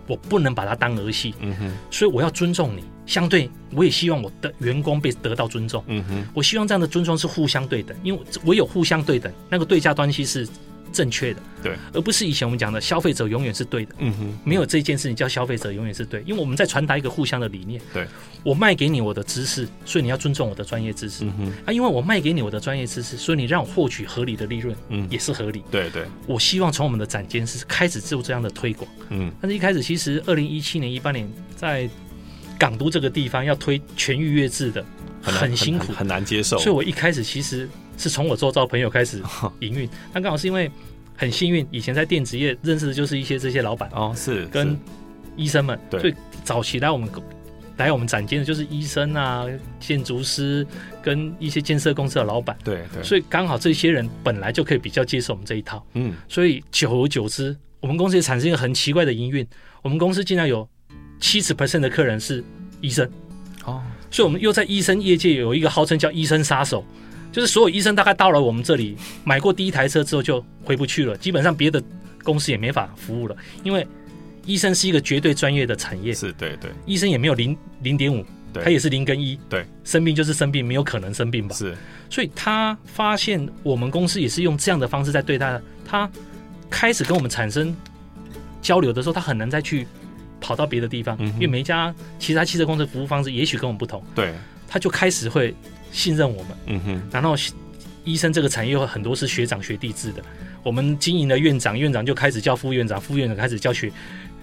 Speaker 2: 我不能把它当儿戏，
Speaker 1: 嗯哼，
Speaker 2: 所以我要尊重你。相对，我也希望我的员工被得到尊重。
Speaker 1: 嗯哼，
Speaker 2: 我希望这样的尊重是互相对等，因为唯有互相对等，那个对价关系是正确的，
Speaker 1: 对，
Speaker 2: 而不是以前我们讲的消费者永远是对的。
Speaker 1: 嗯哼，
Speaker 2: 没有这件事情叫消费者永远是对，因为我们在传达一个互相的理念。
Speaker 1: 对，
Speaker 2: 我卖给你我的知识，所以你要尊重我的专业知识、
Speaker 1: 嗯哼，
Speaker 2: 啊，因为我卖给你我的专业知识，所以你让我获取合理的利润
Speaker 1: 嗯，
Speaker 2: 也是合理。
Speaker 1: 对对，
Speaker 2: 我希望从我们的展间是开始做这样的推广，
Speaker 1: 嗯
Speaker 2: 但是一开始其实二零一七年、一八年在港都这个地方要推全域月制的，
Speaker 1: 很难
Speaker 2: 很辛苦，
Speaker 1: 很难接受，
Speaker 2: 所以我一开始其实是从我周遭朋友 开始营运，那刚好是因为很幸运，以前在电子业认识的就是一些这些老板
Speaker 1: 哦是
Speaker 2: 跟
Speaker 1: 是
Speaker 2: 医生们，
Speaker 1: 对
Speaker 2: 所以早期来我们来我们展间的就是医生啊、建筑师跟一些建设公司的老板，
Speaker 1: 对对，
Speaker 2: 所以刚好这些人本来就可以比较接受我们这一套，
Speaker 1: 嗯
Speaker 2: 所以久而久之，我们公司也产生一个很奇怪的营运，我们公司竟然有七十 percent 的客人是医生。
Speaker 1: 哦
Speaker 2: 所以我们又在医生业界有一个号称叫“医生杀手”，就是所有医生大概到了我们这里买过第一台车之后就回不去了，基本上别的公司也没法服务了，因为医生是一个绝对专业的产业，
Speaker 1: 是对对
Speaker 2: 医生也没有零零点五，
Speaker 1: 对，
Speaker 2: 他也是零跟一，
Speaker 1: 对，
Speaker 2: 生病就是生病，没有可能生病吧？
Speaker 1: 是
Speaker 2: 所以他发现我们公司也是用这样的方式在对待他，他开始跟我们产生交流的时候，他很难再去跑到别的地方，
Speaker 1: 嗯哼
Speaker 2: 因为每一家其他汽车公司的服务方式也许跟我们不同。
Speaker 1: 对，
Speaker 2: 他就开始会信任我们。
Speaker 1: 嗯哼，
Speaker 2: 然后医生这个产业有很多是学长学弟制的，我们经营的院长，院长就开始叫副院长，副院长开始叫学，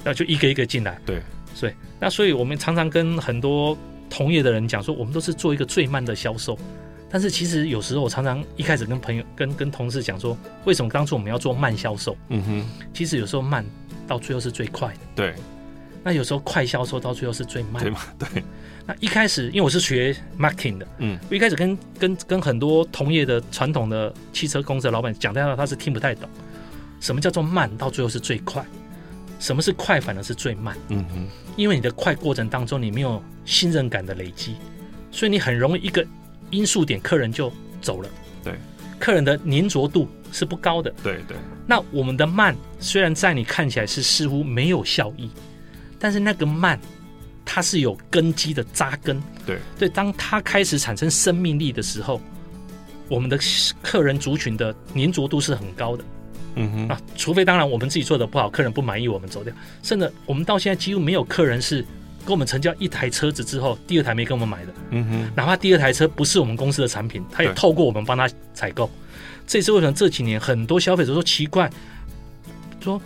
Speaker 2: 然后就一个一个进来。
Speaker 1: 对，
Speaker 2: 所以那所以我们常常跟很多同业的人讲说，我们都是做一个最慢的销售。但是其实有时候我常常一开始跟朋友、跟跟同事讲说，为什么当初我们要做慢销售？
Speaker 1: 嗯哼，
Speaker 2: 其实有时候慢到最后是最快的，
Speaker 1: 对
Speaker 2: 那有时候快销售到最后是最慢的
Speaker 1: 对。嘛，对，
Speaker 2: 那一开始，因为我是学 marketing 的，
Speaker 1: 嗯，
Speaker 2: 我一开始跟跟跟很多同业的传统的汽车公司的老板讲这样的，他是听不太懂，什么叫做慢，到最后是最快，什么是快，反而是最慢，
Speaker 1: 嗯哼，
Speaker 2: 因为你的快过程当中，你没有信任感的累积，所以你很容易一个因素点，客人就走了，
Speaker 1: 对，
Speaker 2: 客人的粘着度是不高的，
Speaker 1: 对对，
Speaker 2: 那我们的慢虽然在你看起来是似乎没有效益，但是那个慢它是有根基的扎根。
Speaker 1: 对
Speaker 2: 对，当它开始产生生命力的时候，我们的客人族群的粘着度是很高的
Speaker 1: 嗯哼，
Speaker 2: 啊。除非当然我们自己做的不好，客人不满意我们走掉，甚至我们到现在几乎没有客人是跟我们成交一台车子之后，第二台没跟我们买的。
Speaker 1: 嗯哼，
Speaker 2: 哪怕第二台车不是我们公司的产品，他也
Speaker 1: 对
Speaker 2: 透过我们帮他采购。这也是为什么这几年很多消费者说奇怪，说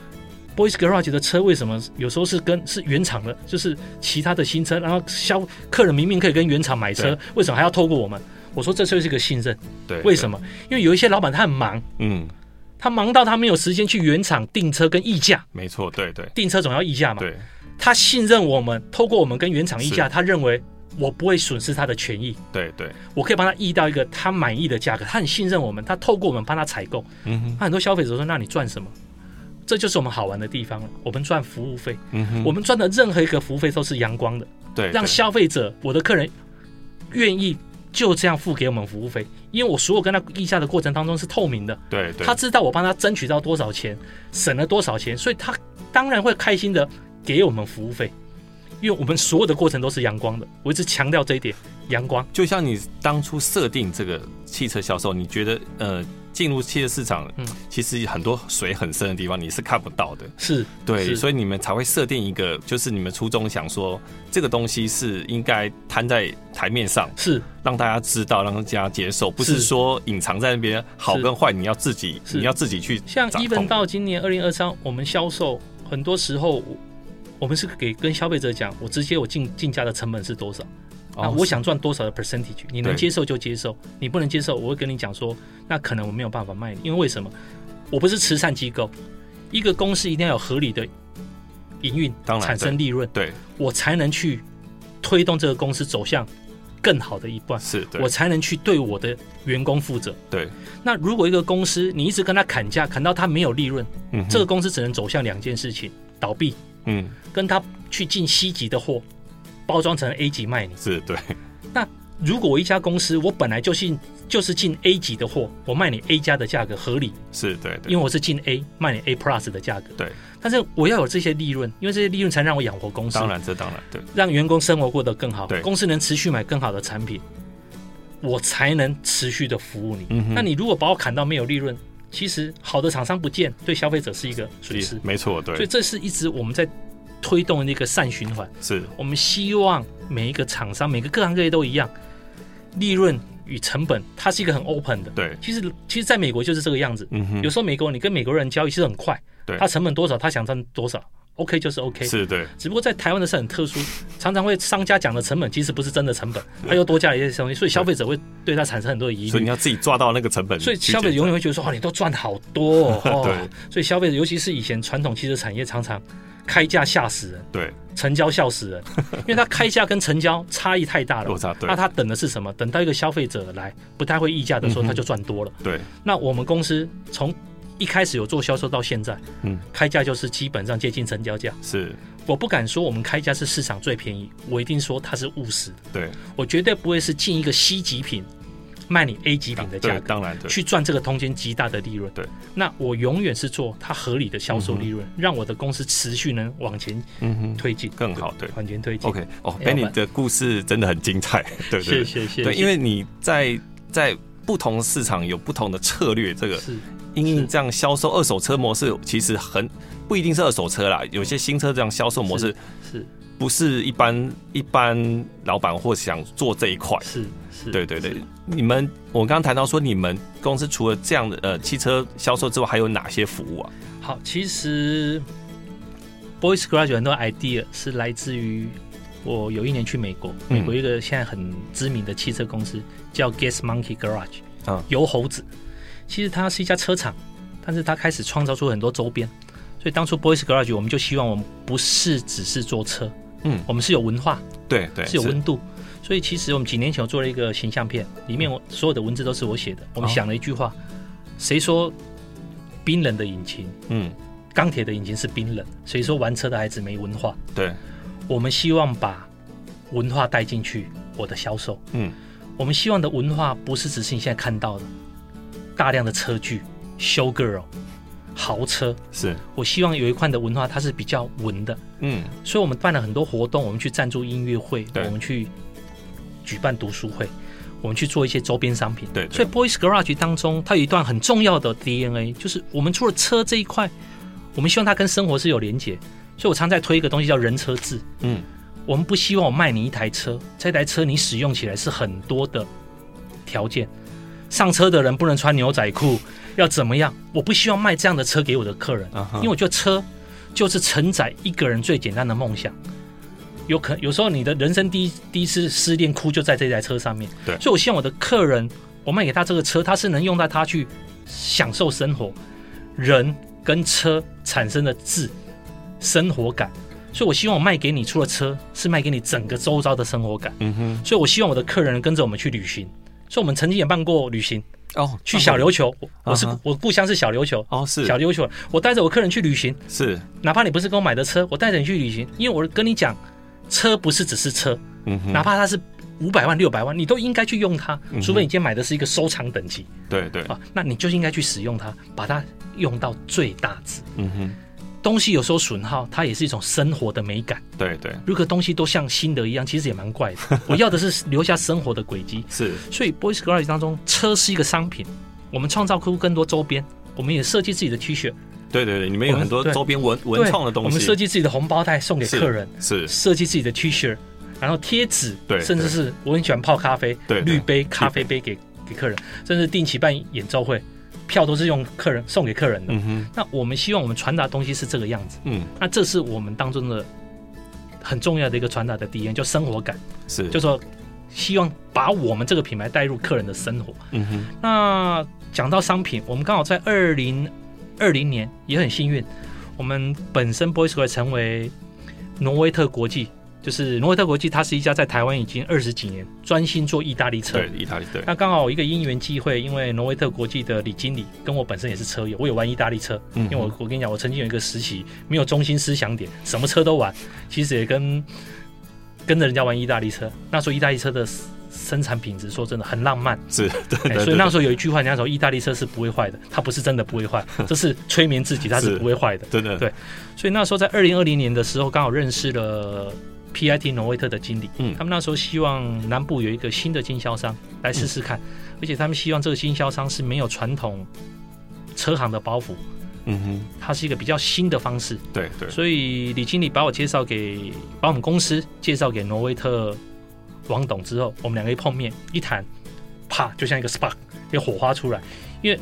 Speaker 2: Boys Garage 的车为什么有时候是跟是原厂的，就是其他的新车，然后消客人明明可以跟原厂买车
Speaker 1: 对，
Speaker 2: 为什么还要透过我们？我说这就是一个信任，
Speaker 1: 对，
Speaker 2: 为什
Speaker 1: 么？
Speaker 2: 么？因为有一些老板他很忙，
Speaker 1: 嗯，
Speaker 2: 他忙到他没有时间去原厂订车跟议价，
Speaker 1: 没错，对对
Speaker 2: 订车总要议价嘛。
Speaker 1: 对
Speaker 2: 他信任我们，透过我们跟原厂议价，
Speaker 1: 是
Speaker 2: 他认为我不会损失他的权益。
Speaker 1: 对对，
Speaker 2: 我可以帮他议到一个他满意的价格，他很信任我们，他透过我们帮他采购。
Speaker 1: 嗯哼，
Speaker 2: 那很多消费者说：“那你赚什么？”这就是我们好玩的地方了。我们赚服务费，
Speaker 1: 嗯哼，
Speaker 2: 我们赚的任何一个服务费都是阳光的，
Speaker 1: 对
Speaker 2: 让
Speaker 1: 对
Speaker 2: 消费者、我的客人愿意就这样付给我们服务费，因为我所有跟他议价的过程当中是透明的，
Speaker 1: 对对，
Speaker 2: 他知道我帮他争取到多少钱，省了多少钱，所以他当然会开心的给我们服务费，因为我们所有的过程都是阳光的。我一直强调这一点，阳光。
Speaker 1: 就像你当初设定这个汽车销售，你觉得呃进入汽车市场，
Speaker 2: 嗯
Speaker 1: 其实很多水很深的地方你是看不到的，
Speaker 2: 是
Speaker 1: 对，
Speaker 2: 是
Speaker 1: 所以你们才会设定一个，就是你们初衷想说这个东西是应该摊在台面上，
Speaker 2: 是
Speaker 1: 让大家知道，让大家接受，不
Speaker 2: 是
Speaker 1: 是说隐藏在那边好
Speaker 2: 是
Speaker 1: 跟坏，你要自己
Speaker 2: 是
Speaker 1: 你要自己去
Speaker 2: 像
Speaker 1: 掌
Speaker 2: even
Speaker 1: 控。
Speaker 2: 到今年二零二三，我们销售很多时候，我们是给跟消费者讲，我直接我进进价的成本是多少，
Speaker 1: 哦
Speaker 2: 啊，我想赚多少的 percentage，你能
Speaker 1: 对
Speaker 2: 接受就接受，你不能接受，我会跟你讲说，那可能我没有办法卖你，因为为什么？我不是慈善机构，一个公司一定要有合理的营运，
Speaker 1: 当然
Speaker 2: 产生利润，
Speaker 1: 对
Speaker 2: 我才能去推动这个公司走向更好的一段，
Speaker 1: 是，对
Speaker 2: 我才能去对我的员工负责。
Speaker 1: 对，
Speaker 2: 那如果一个公司你一直跟他砍价，砍到他没有利润，
Speaker 1: 嗯哼
Speaker 2: 这个公司只能走向两件事情：倒闭，
Speaker 1: 嗯
Speaker 2: 跟他去进 C 级的货，包装成 A 级卖你。
Speaker 1: 是对
Speaker 2: 如果我一家公司，我本来就进就是进 A 级的货，我卖你 A 加的价格合理，
Speaker 1: 是对对
Speaker 2: 因为我是进 A 卖你 A plus 的价格。
Speaker 1: 对，
Speaker 2: 但是我要有这些利润，因为这些利润才让我养活公司，
Speaker 1: 当然这当然对
Speaker 2: 让员工生活过得更好
Speaker 1: 对，
Speaker 2: 公司能持续买更好的产品，我才能持续的服务你。
Speaker 1: 嗯哼
Speaker 2: 那你如果把我砍到没有利润，其实好的厂商不见，对消费者是一个损失。
Speaker 1: 没错对
Speaker 2: 所以这是一直我们在推动的一个善循环。
Speaker 1: 是
Speaker 2: 我们希望每一个厂商，每个各行各业都一样，利润与成本，它是一个很 open 的。
Speaker 1: 对
Speaker 2: 其实，其实在美国就是这个样子。
Speaker 1: 嗯
Speaker 2: 有
Speaker 1: 哼
Speaker 2: 时候美国你跟美国人交易其实很快，
Speaker 1: 对
Speaker 2: 他成本多少，他想赚多少，OK 就是 OK。
Speaker 1: 是对
Speaker 2: 只不过在台湾的是很特殊，常常会商家讲的成本其实不是真的成本，他又多加了一些东西，所以消费者会对他产生很多的疑
Speaker 1: 所以
Speaker 2: 虑
Speaker 1: 你。要自己抓到那个成本去
Speaker 2: 所以
Speaker 1: 减，
Speaker 2: 消费者永远会觉得说：“哦，你都赚好多哦。哦”
Speaker 1: 对
Speaker 2: 所以消费者，尤其是以前传统汽车产业，常常开价吓死人，
Speaker 1: 对
Speaker 2: 成交笑死 人，因为他开价跟成交差异太大
Speaker 1: 落
Speaker 2: 了。
Speaker 1: 差对
Speaker 2: 那他等的是什么？等到一个消费者来不太会议价的时候，
Speaker 1: 嗯哼
Speaker 2: 他就赚多了。
Speaker 1: 对
Speaker 2: 那我们公司从一开始有做销售到现在，
Speaker 1: 嗯，
Speaker 2: 开价就是基本上接近成交价。
Speaker 1: 是
Speaker 2: 我不敢说我们开价是市场最便宜，我一定说它是务实的。
Speaker 1: 对
Speaker 2: 我绝对不会是进一个 C 级品卖你 A 级品的价
Speaker 1: 对
Speaker 2: 格。
Speaker 1: 当然对
Speaker 2: 去赚这个通间极大的利润，
Speaker 1: 对，
Speaker 2: 那我永远是做它合理的销售利润，让我的公司持续能往前
Speaker 1: 嗯哼
Speaker 2: 推进，
Speaker 1: 更好对
Speaker 2: 往前推进。
Speaker 1: OK 哦
Speaker 2: 要不然
Speaker 1: ，Benny 的故事真的很精彩，对对
Speaker 2: 谢
Speaker 1: 对
Speaker 2: 谢谢谢。
Speaker 1: 对，因为你在在不同市场有不同的策略，这个
Speaker 2: 是
Speaker 1: 因应这样销售二手车模式，其实很不一定是二手车啦，有些新车这样销售模式
Speaker 2: 是
Speaker 1: 不是一般一般老板或想做这一块。
Speaker 2: 是是，
Speaker 1: 对对对，你们我刚刚谈到说，你们公司除了这样的呃汽车销售之外，还有哪些服务啊？
Speaker 2: 好，其实 Boys Garage 有很多 idea 是来自于我有一年去美国，
Speaker 1: 嗯
Speaker 2: 美国一个现在很知名的汽车公司叫 Gas Monkey Garage，
Speaker 1: 啊
Speaker 2: 油猴子。其实它是一家车厂，但是它开始创造出很多周边。所以当初 Boys Garage 我们就希望我们不是只是做车，
Speaker 1: 嗯
Speaker 2: 我们是有文化，
Speaker 1: 对对，
Speaker 2: 是有温度。所以其实我们几年前我做了一个形象片，里面我所有的文字都是我写的。我们
Speaker 1: 哦
Speaker 2: 想了一句话：谁说冰冷的引擎
Speaker 1: 嗯，
Speaker 2: 钢铁的引擎是冰冷，所以说玩车的孩子没文化。
Speaker 1: 对，
Speaker 2: 我们希望把文化带进去我的销售。
Speaker 1: 嗯，
Speaker 2: 我们希望的文化不是只是你现在看到的大量的车具、show girl、豪车。
Speaker 1: 是，
Speaker 2: 我希望有一块的文化它是比较文的，
Speaker 1: 嗯，
Speaker 2: 所以我们办了很多活动，我们去赞助音乐会，
Speaker 1: 对
Speaker 2: 我们去举办读书会，我们去做一些周边商品。
Speaker 1: 对对
Speaker 2: 所以 Boys Garage 当中，它有一段很重要的 DNA，就是我们除了车这一块，我们希望它跟生活是有连结。所以我常在推一个东西叫人车制，
Speaker 1: 嗯，
Speaker 2: 我们不希望我卖你一台车，这台车你使用起来是很多的条件。上车的人不能穿牛仔裤，要怎么样？我不希望卖这样的车给我的客人。
Speaker 1: 啊哈
Speaker 2: 因为我觉得车就是承载一个人最简单的梦想。有可有时候你的人生第一第一次失恋哭就在这台车上面。
Speaker 1: 对
Speaker 2: 所以我希望我的客人，我卖给他这个车，他是能用到它去享受生活，人跟车产生的质生活感。所以我希望我卖给你，除了车，是卖给你整个周遭的生活感。
Speaker 1: 嗯哼，
Speaker 2: 所以我希望我的客人跟着我们去旅行。所以我们曾经也办过旅行，
Speaker 1: 哦，
Speaker 2: 去小琉球，我我是、
Speaker 1: 啊哈
Speaker 2: 我故乡是小琉球，
Speaker 1: 哦是
Speaker 2: 小琉球，我带着我客人去旅行。
Speaker 1: 是，
Speaker 2: 哪怕你不是跟我买的车，我带着你去旅行，因为我跟你讲，车不是只是车，
Speaker 1: 嗯哼，
Speaker 2: 哪怕它是五百万、六百万，你都应该去用它，
Speaker 1: 哼
Speaker 2: 除非你今天买的是一个收藏等级
Speaker 1: 对对，
Speaker 2: 啊，那你就应该去使用它，把它用到最大值。
Speaker 1: 嗯哼，
Speaker 2: 东西有时候损耗，它也是一种生活的美感。
Speaker 1: 对对
Speaker 2: 如果东西都像新的一样，其实也蛮怪的。我要的是留下生活的轨迹。
Speaker 1: 是，
Speaker 2: 所以 Boys Garage 当中，车是一个商品，我们创造出更多周边，我们也设计自己的 T 恤，
Speaker 1: 对对对，你们有
Speaker 2: 我们
Speaker 1: 很多
Speaker 2: 对
Speaker 1: 周边文
Speaker 2: 对
Speaker 1: 文创的东西，
Speaker 2: 我们设计自己的红包袋送给
Speaker 1: 是
Speaker 2: 客人。
Speaker 1: 是
Speaker 2: 设计自己的 T 恤，然后贴纸，
Speaker 1: 对
Speaker 2: 甚至是我很喜欢泡咖啡，
Speaker 1: 对对
Speaker 2: 滤杯、咖啡杯给给客人，甚至定期办演奏会，票都是用客人送给客人的。
Speaker 1: 嗯哼，
Speaker 2: 那我们希望我们传达东西是这个样子，
Speaker 1: 嗯
Speaker 2: 那这是我们当中的很重要的一个传达的 DNA，就生活感，
Speaker 1: 是，
Speaker 2: 就说希望把我们这个品牌带入客人的生活。
Speaker 1: 嗯哼，
Speaker 2: 那讲到商品，我们刚好在二零二零年也很幸运，我们本身 Boys Square 成为挪威特国际，就是挪威特国际，它是一家在台湾已经二十几年专心做意大利车
Speaker 1: 对。意大利对，
Speaker 2: 那刚好一个因缘机会，因为挪威特国际的李经理跟我本身也是车友，我有玩意大利车，
Speaker 1: 嗯
Speaker 2: 因为我我跟你讲，我曾经有一个时期没有中心思想点，什么车都玩，其实也跟跟着人家玩意大利车。那时候意大利车的生产品质，说真的很浪漫。
Speaker 1: 是， 对对
Speaker 2: 哎所以
Speaker 1: 对
Speaker 2: 那时候有一句话，人家说意大利车是不会坏的，它不是真的不会坏，这是催眠自己，它是
Speaker 1: 是
Speaker 2: 不会坏的。
Speaker 1: 真的
Speaker 2: 对所以那时候在二零二零年的时候，刚好认识了 PIT 挪威特的经理，
Speaker 1: 嗯
Speaker 2: 他们那时候希望南部有一个新的经销商来试试看，而且他们希望这个经销商是没有传统车行的包袱，
Speaker 1: 嗯哼，
Speaker 2: 它是一个比较新的方式。
Speaker 1: 对对，
Speaker 2: 所以李经理把我介绍给，把我们公司介绍给挪威特王董之后，我们两个一碰面一谈，啪，就像一个 spark，一个火花出来。因为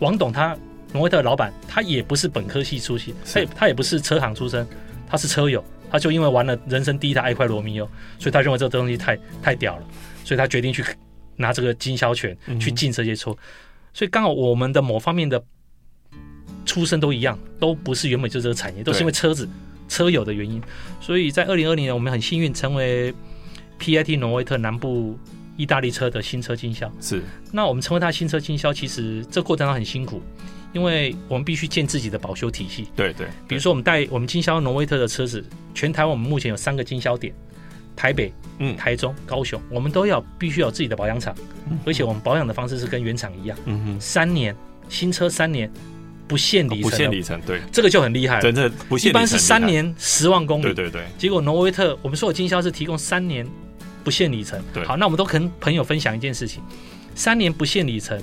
Speaker 2: 王董他挪威特的老板，他也不是本科系出身，
Speaker 1: 是
Speaker 2: 他也他也不是车行出身，他是车友，他就因为玩了人生第一台爱快罗密欧，所以他认为这个东西太太屌了，所以他决定去拿这个经销权
Speaker 1: 嗯哼
Speaker 2: 去进这些车。所以刚好我们的某方面的出身都一样，都不是原本就这个产业，都是因为车子车友的原因。所以在二零二零年，我们很幸运成为 PIT 挪威特南部意大利车的新车经销。
Speaker 1: 是
Speaker 2: 那我们成为它新车经销，其实这过程当中很辛苦，因为我们必须建自己的保修体系。
Speaker 1: 对对，
Speaker 2: 比如说，我们带我们经销挪威特的车子，全台湾我们目前有三个经销点，台北、
Speaker 1: 嗯
Speaker 2: 台中、高雄，我们都要必须有自己的保养厂，而且我们保养的方式是跟原厂一样，
Speaker 1: 嗯哼，
Speaker 2: 三年新车三年不限里程、哦
Speaker 1: 哦不限，里程，对，
Speaker 2: 这个就很厉害了
Speaker 1: 真。的不限
Speaker 2: 一
Speaker 1: 里程，
Speaker 2: 般是三
Speaker 1: 厉
Speaker 2: 年十万公
Speaker 1: 害，
Speaker 2: 里，
Speaker 1: 对对对，
Speaker 2: 结果挪威特，我们所有经销是提供三年不限里程。
Speaker 1: 对
Speaker 2: 好，那我们都跟朋友分享一件事情：三年不限里程，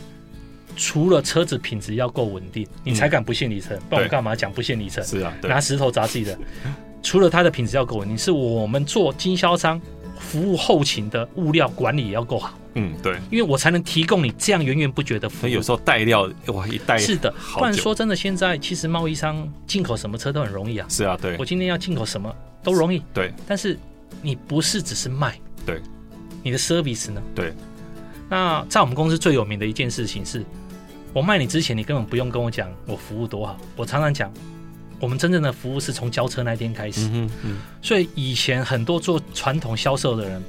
Speaker 2: 除了车子品质要够稳定，你才敢不限里程，不然我
Speaker 1: 嗯对
Speaker 2: 干嘛讲不限里程？
Speaker 1: 是啊，对
Speaker 2: 拿石头砸自己的。 除了它的品质要够稳定，是我们做经销商服务后勤的物料管理也要够好，
Speaker 1: 嗯对，
Speaker 2: 因为我才能提供你这样源源不绝的服
Speaker 1: 所以
Speaker 2: 务
Speaker 1: 有。时候带料哇一带
Speaker 2: 是的，
Speaker 1: 好
Speaker 2: 不然
Speaker 1: 久
Speaker 2: 说真的，现在其实贸易商进口什么车都很容易啊。
Speaker 1: 是啊，对
Speaker 2: 我今天要进口什么都容易，
Speaker 1: 对
Speaker 2: 但是你不是只是卖，
Speaker 1: 对，
Speaker 2: 你的 service 呢？
Speaker 1: 对，
Speaker 2: 那在我们公司最有名的一件事情是，我卖你之前，你根本不用跟我讲我服务多好。我常常讲，我们真正的服务是从交车那一天开始。
Speaker 1: 嗯哼嗯
Speaker 2: 所以以前很多做传统销售的人，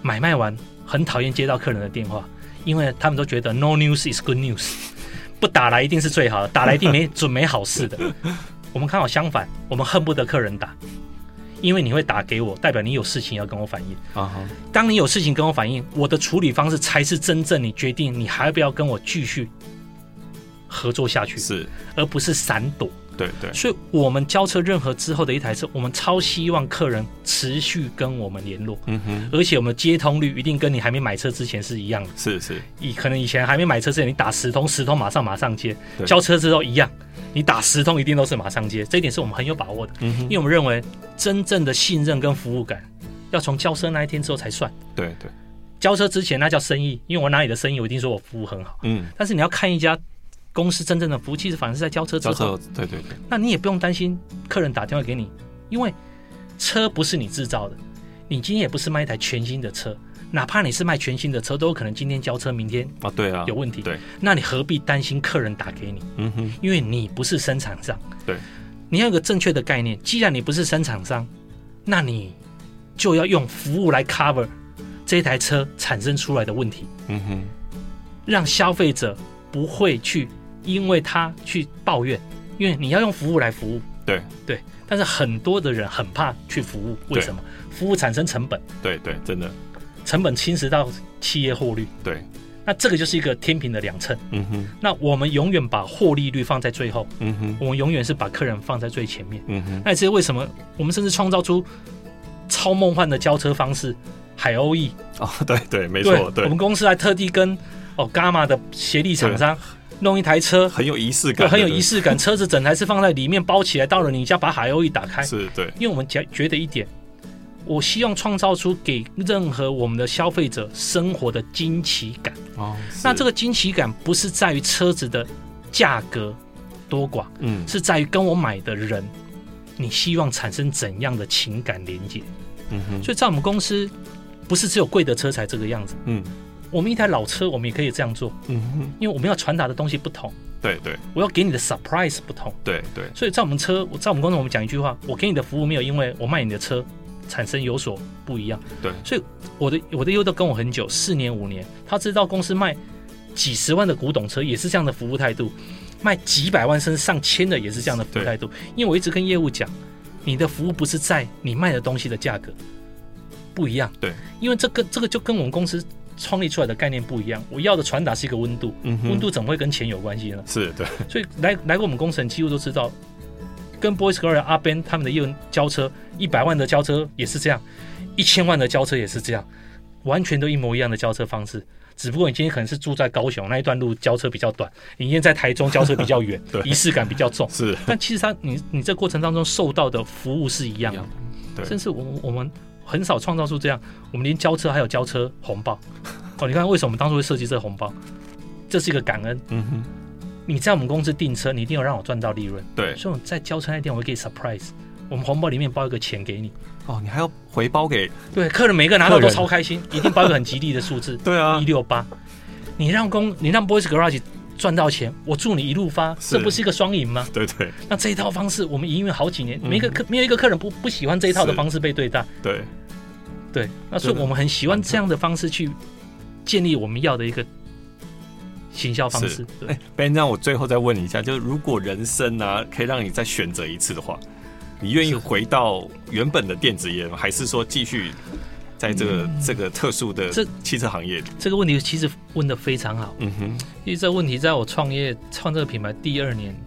Speaker 2: 买卖完很讨厌接到客人的电话，因为他们都觉得 no news is good news，不打来一定是最好的，打来一定没准没好事的。我们刚好相反，我们恨不得客人打，因为你会打给我，代表你有事情要跟我反映。
Speaker 1: 啊哈
Speaker 2: 当你有事情跟我反映，我的处理方式才是真正你决定你还要不要跟我继续合作下去，
Speaker 1: 是，
Speaker 2: 而不是闪躲。
Speaker 1: 对对
Speaker 2: 所以我们交车任何之后的一台车，我们超希望客人持续跟我们联络，
Speaker 1: 嗯哼
Speaker 2: 而且我们接通率一定跟你还没买车之前是一样的。
Speaker 1: 是是
Speaker 2: 以可能以前还没买车之前，你打十通，十通马上马上接；
Speaker 1: 对
Speaker 2: 交车之后一样，你打十通一定都是马上接。这一点是我们很有把握的，
Speaker 1: 嗯哼
Speaker 2: 因为我们认为真正的信任跟服务感，要从交车那一天之后才算。
Speaker 1: 对对
Speaker 2: 交车之前那叫生意，因为我拿你的生意，我一定说我服务很好。
Speaker 1: 嗯
Speaker 2: 但是你要看一家公司真正的服务，其实反而是在交车之
Speaker 1: 交
Speaker 2: 后。
Speaker 1: 车对对对
Speaker 2: 那你也不用担心客人打电话给你，因为车不是你制造的，你今天也不是卖一台全新的车，哪怕你是卖全新的车，都有可能今天交车，明天
Speaker 1: 啊对啊
Speaker 2: 有问题。
Speaker 1: 对，
Speaker 2: 那你何必担心客人打给你？
Speaker 1: 嗯哼
Speaker 2: 因为你不是生产商。
Speaker 1: 对，
Speaker 2: 你要有个正确的概念，既然你不是生产商，那你就要用服务来 cover 这台车产生出来的问题。
Speaker 1: 嗯哼
Speaker 2: 让消费者不会去因为他去抱怨，因为你要用服务来服务。
Speaker 1: 对嗯
Speaker 2: 对，但是很多的人很怕去服务，为
Speaker 1: 对
Speaker 2: 什么？服务产生成本，
Speaker 1: 对对真的
Speaker 2: 成本侵蚀到企业获利，
Speaker 1: 对
Speaker 2: 那这个就是一个天平的两称。
Speaker 1: 嗯哼
Speaker 2: 那我们永远把获利率放在最后，
Speaker 1: 嗯哼
Speaker 2: 我们永远是把客人放在最前面。
Speaker 1: 嗯哼
Speaker 2: 那这是为什么？我们甚至创造出超梦幻的交车方式，海鸥翼。
Speaker 1: 哦对对没
Speaker 2: 对，
Speaker 1: 错对
Speaker 2: 我们公司还特地跟哦伽马的协力厂商弄一台车，
Speaker 1: 很有仪式
Speaker 2: 对，
Speaker 1: 感
Speaker 2: 很有
Speaker 1: 的
Speaker 2: 仪式感。车子整台是放在里面包起来，到了你家把海鸥一打开，
Speaker 1: 是对
Speaker 2: 因为我们觉觉得一点，我希望创造出给任何我们的消费者生活的惊奇感。
Speaker 1: 哦
Speaker 2: 那这
Speaker 1: 个
Speaker 2: 个惊奇感不是在于车子的价格多寡，
Speaker 1: 嗯
Speaker 2: 是在于跟我买的人，你希望产生怎样的情感连接。
Speaker 1: 嗯哼
Speaker 2: 所以在我们公司，不是只有贵的车才这个样子，
Speaker 1: 嗯
Speaker 2: 我们一台老车我们也可以这样做，
Speaker 1: 嗯哼
Speaker 2: 因为我们要传达的东西不同，
Speaker 1: 对对
Speaker 2: 我要给你的 surprise 不同。
Speaker 1: 对对
Speaker 2: 所以在我们车，我在我们公司，我们讲一句话：我给你的服务没有因为我卖你的车产生有所不一样。
Speaker 1: 对
Speaker 2: 所以我的我的优豆跟我很久，四年五年，他知道公司卖几十万的古董车也是这样的服务态度，卖几百万甚至上千的也是这样的服务态度。因为我一直跟业务讲，你的服务不是在你卖的东西的价格不一样，
Speaker 1: 对，
Speaker 2: 因为这个这个就跟我们公司创立出来的概念不一样，我要的传达是一个温度，
Speaker 1: 嗯哼
Speaker 2: 温度怎么会跟钱有关系呢？
Speaker 1: 是对，
Speaker 2: 所以来来过我们工程几乎都知道，跟 Boys g i r l 阿 Ben 他们的业务交车，一百万的交车也是这样，一千万的交车也是这样，完全都一模一样的交车方式。只不过你今天可能是住在高雄那一段路交车比较短，你今天在台中交车比较远
Speaker 1: 对，
Speaker 2: 仪式感比 较重。
Speaker 1: 是
Speaker 2: 但其实它你你这过程当中受到的服务是一样的
Speaker 1: 一样，对
Speaker 2: 甚至我我们很少创造出这样，我们连交车还有交车红包。哦，你看为什么我们当初会设计这个红包？这是一个感恩。
Speaker 1: 嗯哼，
Speaker 2: 你在我们公司订车，你一定要让我赚到利润，
Speaker 1: 对
Speaker 2: 所以我在交车那天，我会给你 surprise，我们红包里面包一个钱给你。
Speaker 1: 哦，你还要回包给
Speaker 2: 对，客人每个人拿到
Speaker 1: 客
Speaker 2: 都
Speaker 1: 人，
Speaker 2: 超开心，一定包一个很吉利的数字
Speaker 1: 对啊
Speaker 2: 一，六八。你让公，你让 Boys Garage 赚到钱，我祝你一路发，
Speaker 1: 是
Speaker 2: 这不是一个双赢吗？
Speaker 1: 对对
Speaker 2: 那这一套方式，我们营运好几年，
Speaker 1: 嗯
Speaker 2: 每一个客没有一个客人不不喜欢这一套的
Speaker 1: 是
Speaker 2: 方式被对待。
Speaker 1: 对，
Speaker 2: 对，那所以
Speaker 1: 对的
Speaker 2: 我们很喜欢这样的方式去建立我们要的一个行销方
Speaker 1: 是
Speaker 2: 式。对
Speaker 1: 哎、b e n 让我最后再问你一下，就是如果人生啊，可以让你再选择一次的话，你愿意
Speaker 2: 是
Speaker 1: 回到原本的电子业吗？还是说继续在这个、这个特殊的
Speaker 2: 嗯这
Speaker 1: 汽车行业里？
Speaker 2: 这个问题其实问的非常好。
Speaker 1: 嗯哼，
Speaker 2: 其实这个问题在我创业创这个品牌第二年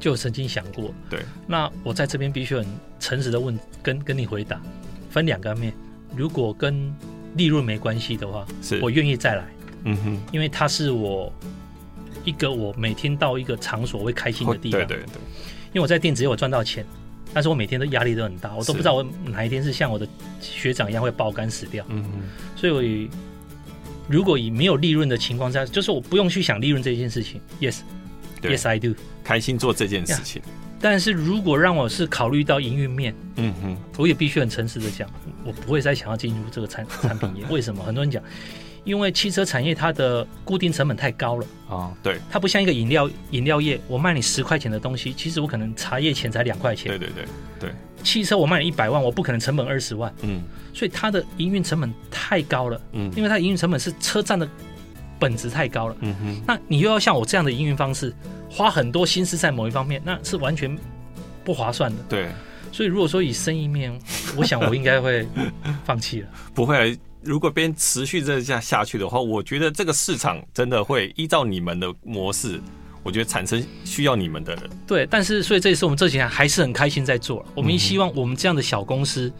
Speaker 2: 就曾经想过。
Speaker 1: 对，
Speaker 2: 那我在这边必须很诚实的问，跟跟你回答，分两个面。如果跟利润没关系的话，
Speaker 1: 是
Speaker 2: 我，愿意再来，
Speaker 1: 嗯哼，
Speaker 2: 因为它是我一个我每天到一个场所会开心的地方。
Speaker 1: 对对对，
Speaker 2: 因为我在电子业我赚到钱，但是我每天的压力都很大，我
Speaker 1: 是
Speaker 2: 都不知道我哪一天是像我的学长一样会爆肝死掉。
Speaker 1: 嗯哼，
Speaker 2: 所以我以如果以没有利润的情况下，就是我不用去想利润这件事情。Yes，Yes
Speaker 1: 对
Speaker 2: I do。
Speaker 1: 开心做这件事情。
Speaker 2: 但是如果让我是考虑到营运面，
Speaker 1: 嗯哼，
Speaker 2: 我也必须很诚实的讲，我不会再想要进入这个产 产品业。为什么？很多人讲，因为汽车产业它的固定成本太高了，
Speaker 1: 哦，对
Speaker 2: 它不像一个饮料饮料业，我卖你十块钱的东西，其实我可能茶叶钱才两块钱
Speaker 1: 对，对对，
Speaker 2: 汽车我卖你一百万，我不可能成本二十万，
Speaker 1: 嗯
Speaker 2: 所以它的营运成本太高了，
Speaker 1: 嗯
Speaker 2: 因为它的营运成本是车站的本质太高了。
Speaker 1: 嗯哼，
Speaker 2: 那你又要像我这样的营运方式，花很多心思在某一方面，那是完全不划算的。
Speaker 1: 对，
Speaker 2: 所以如果说以生意面，我想我应该会放弃了。
Speaker 1: 不会。如果边持续这下下去的话，我觉得这个市场真的会依照你们的模式，我觉得产生需要你们的人。
Speaker 2: 对，但是所以这也是我们这几年还是很开心在做了。我们希望我们这样的小公司，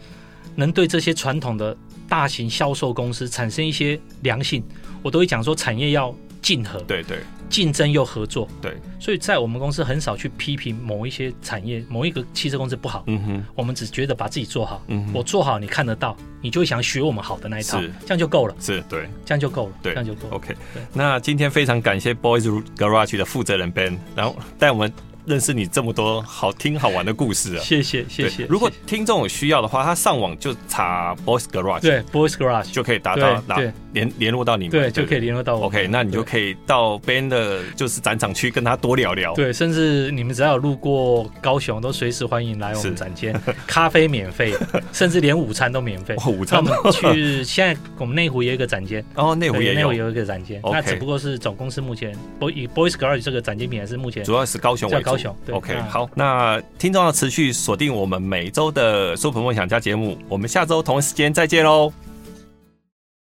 Speaker 2: 能对这些传统的大型销售公司产生一些良性。我都会讲说，产业要竞合，
Speaker 1: 对对
Speaker 2: 竞争又合作。
Speaker 1: 对，
Speaker 2: 所以在我们公司很少去批评某一些产业、某一个汽车公司不好，
Speaker 1: 嗯哼，
Speaker 2: 我们只觉得把自己做好。
Speaker 1: 嗯哼
Speaker 2: 我做好，你看得到，你就会想学我们好的那一套
Speaker 1: 是，
Speaker 2: 这样就够了，
Speaker 1: 是对
Speaker 2: 这样就够了，
Speaker 1: 对，
Speaker 2: 这样就够了。
Speaker 1: OK，
Speaker 2: 对
Speaker 1: 那今天非常感谢 Boys Garage 的负责人 Ben，然后带我们认识你这么多好听好玩的故事啊。
Speaker 2: 谢谢，谢
Speaker 1: 对
Speaker 2: 谢。
Speaker 1: 如果
Speaker 2: 谢谢
Speaker 1: 听众有需要的话，他上网就查 Boys Garage，
Speaker 2: 对 Boys Garage
Speaker 1: 就可以达到
Speaker 2: 对
Speaker 1: 那
Speaker 2: 对
Speaker 1: 联联络到你们，
Speaker 2: 对就
Speaker 1: 不
Speaker 2: 可以联络到我们。
Speaker 1: OK，那你就可以到 Ben 的就是展场区跟他多聊聊。
Speaker 2: 对，甚至你们只要有路过高雄，都随时欢迎来我
Speaker 1: 是
Speaker 2: 们展间，咖啡 免费，甚至连午餐都免费。
Speaker 1: 哦午餐
Speaker 2: 那 我们去现在我们内湖也有一个展间，
Speaker 1: 然后内湖
Speaker 2: 对，
Speaker 1: 也
Speaker 2: 内湖
Speaker 1: 有，
Speaker 2: 有一个展间，
Speaker 1: OK
Speaker 2: 那只不过是总公司目前 Boy 以 Boys Garage 这个展间品牌是目前
Speaker 1: 主要是高雄为主。
Speaker 2: 在高雄对啊
Speaker 1: OK，
Speaker 2: 那
Speaker 1: 好，那听众要持续锁定我们每周的《说朋梦想家》节目，我们下周同一时间再见喽，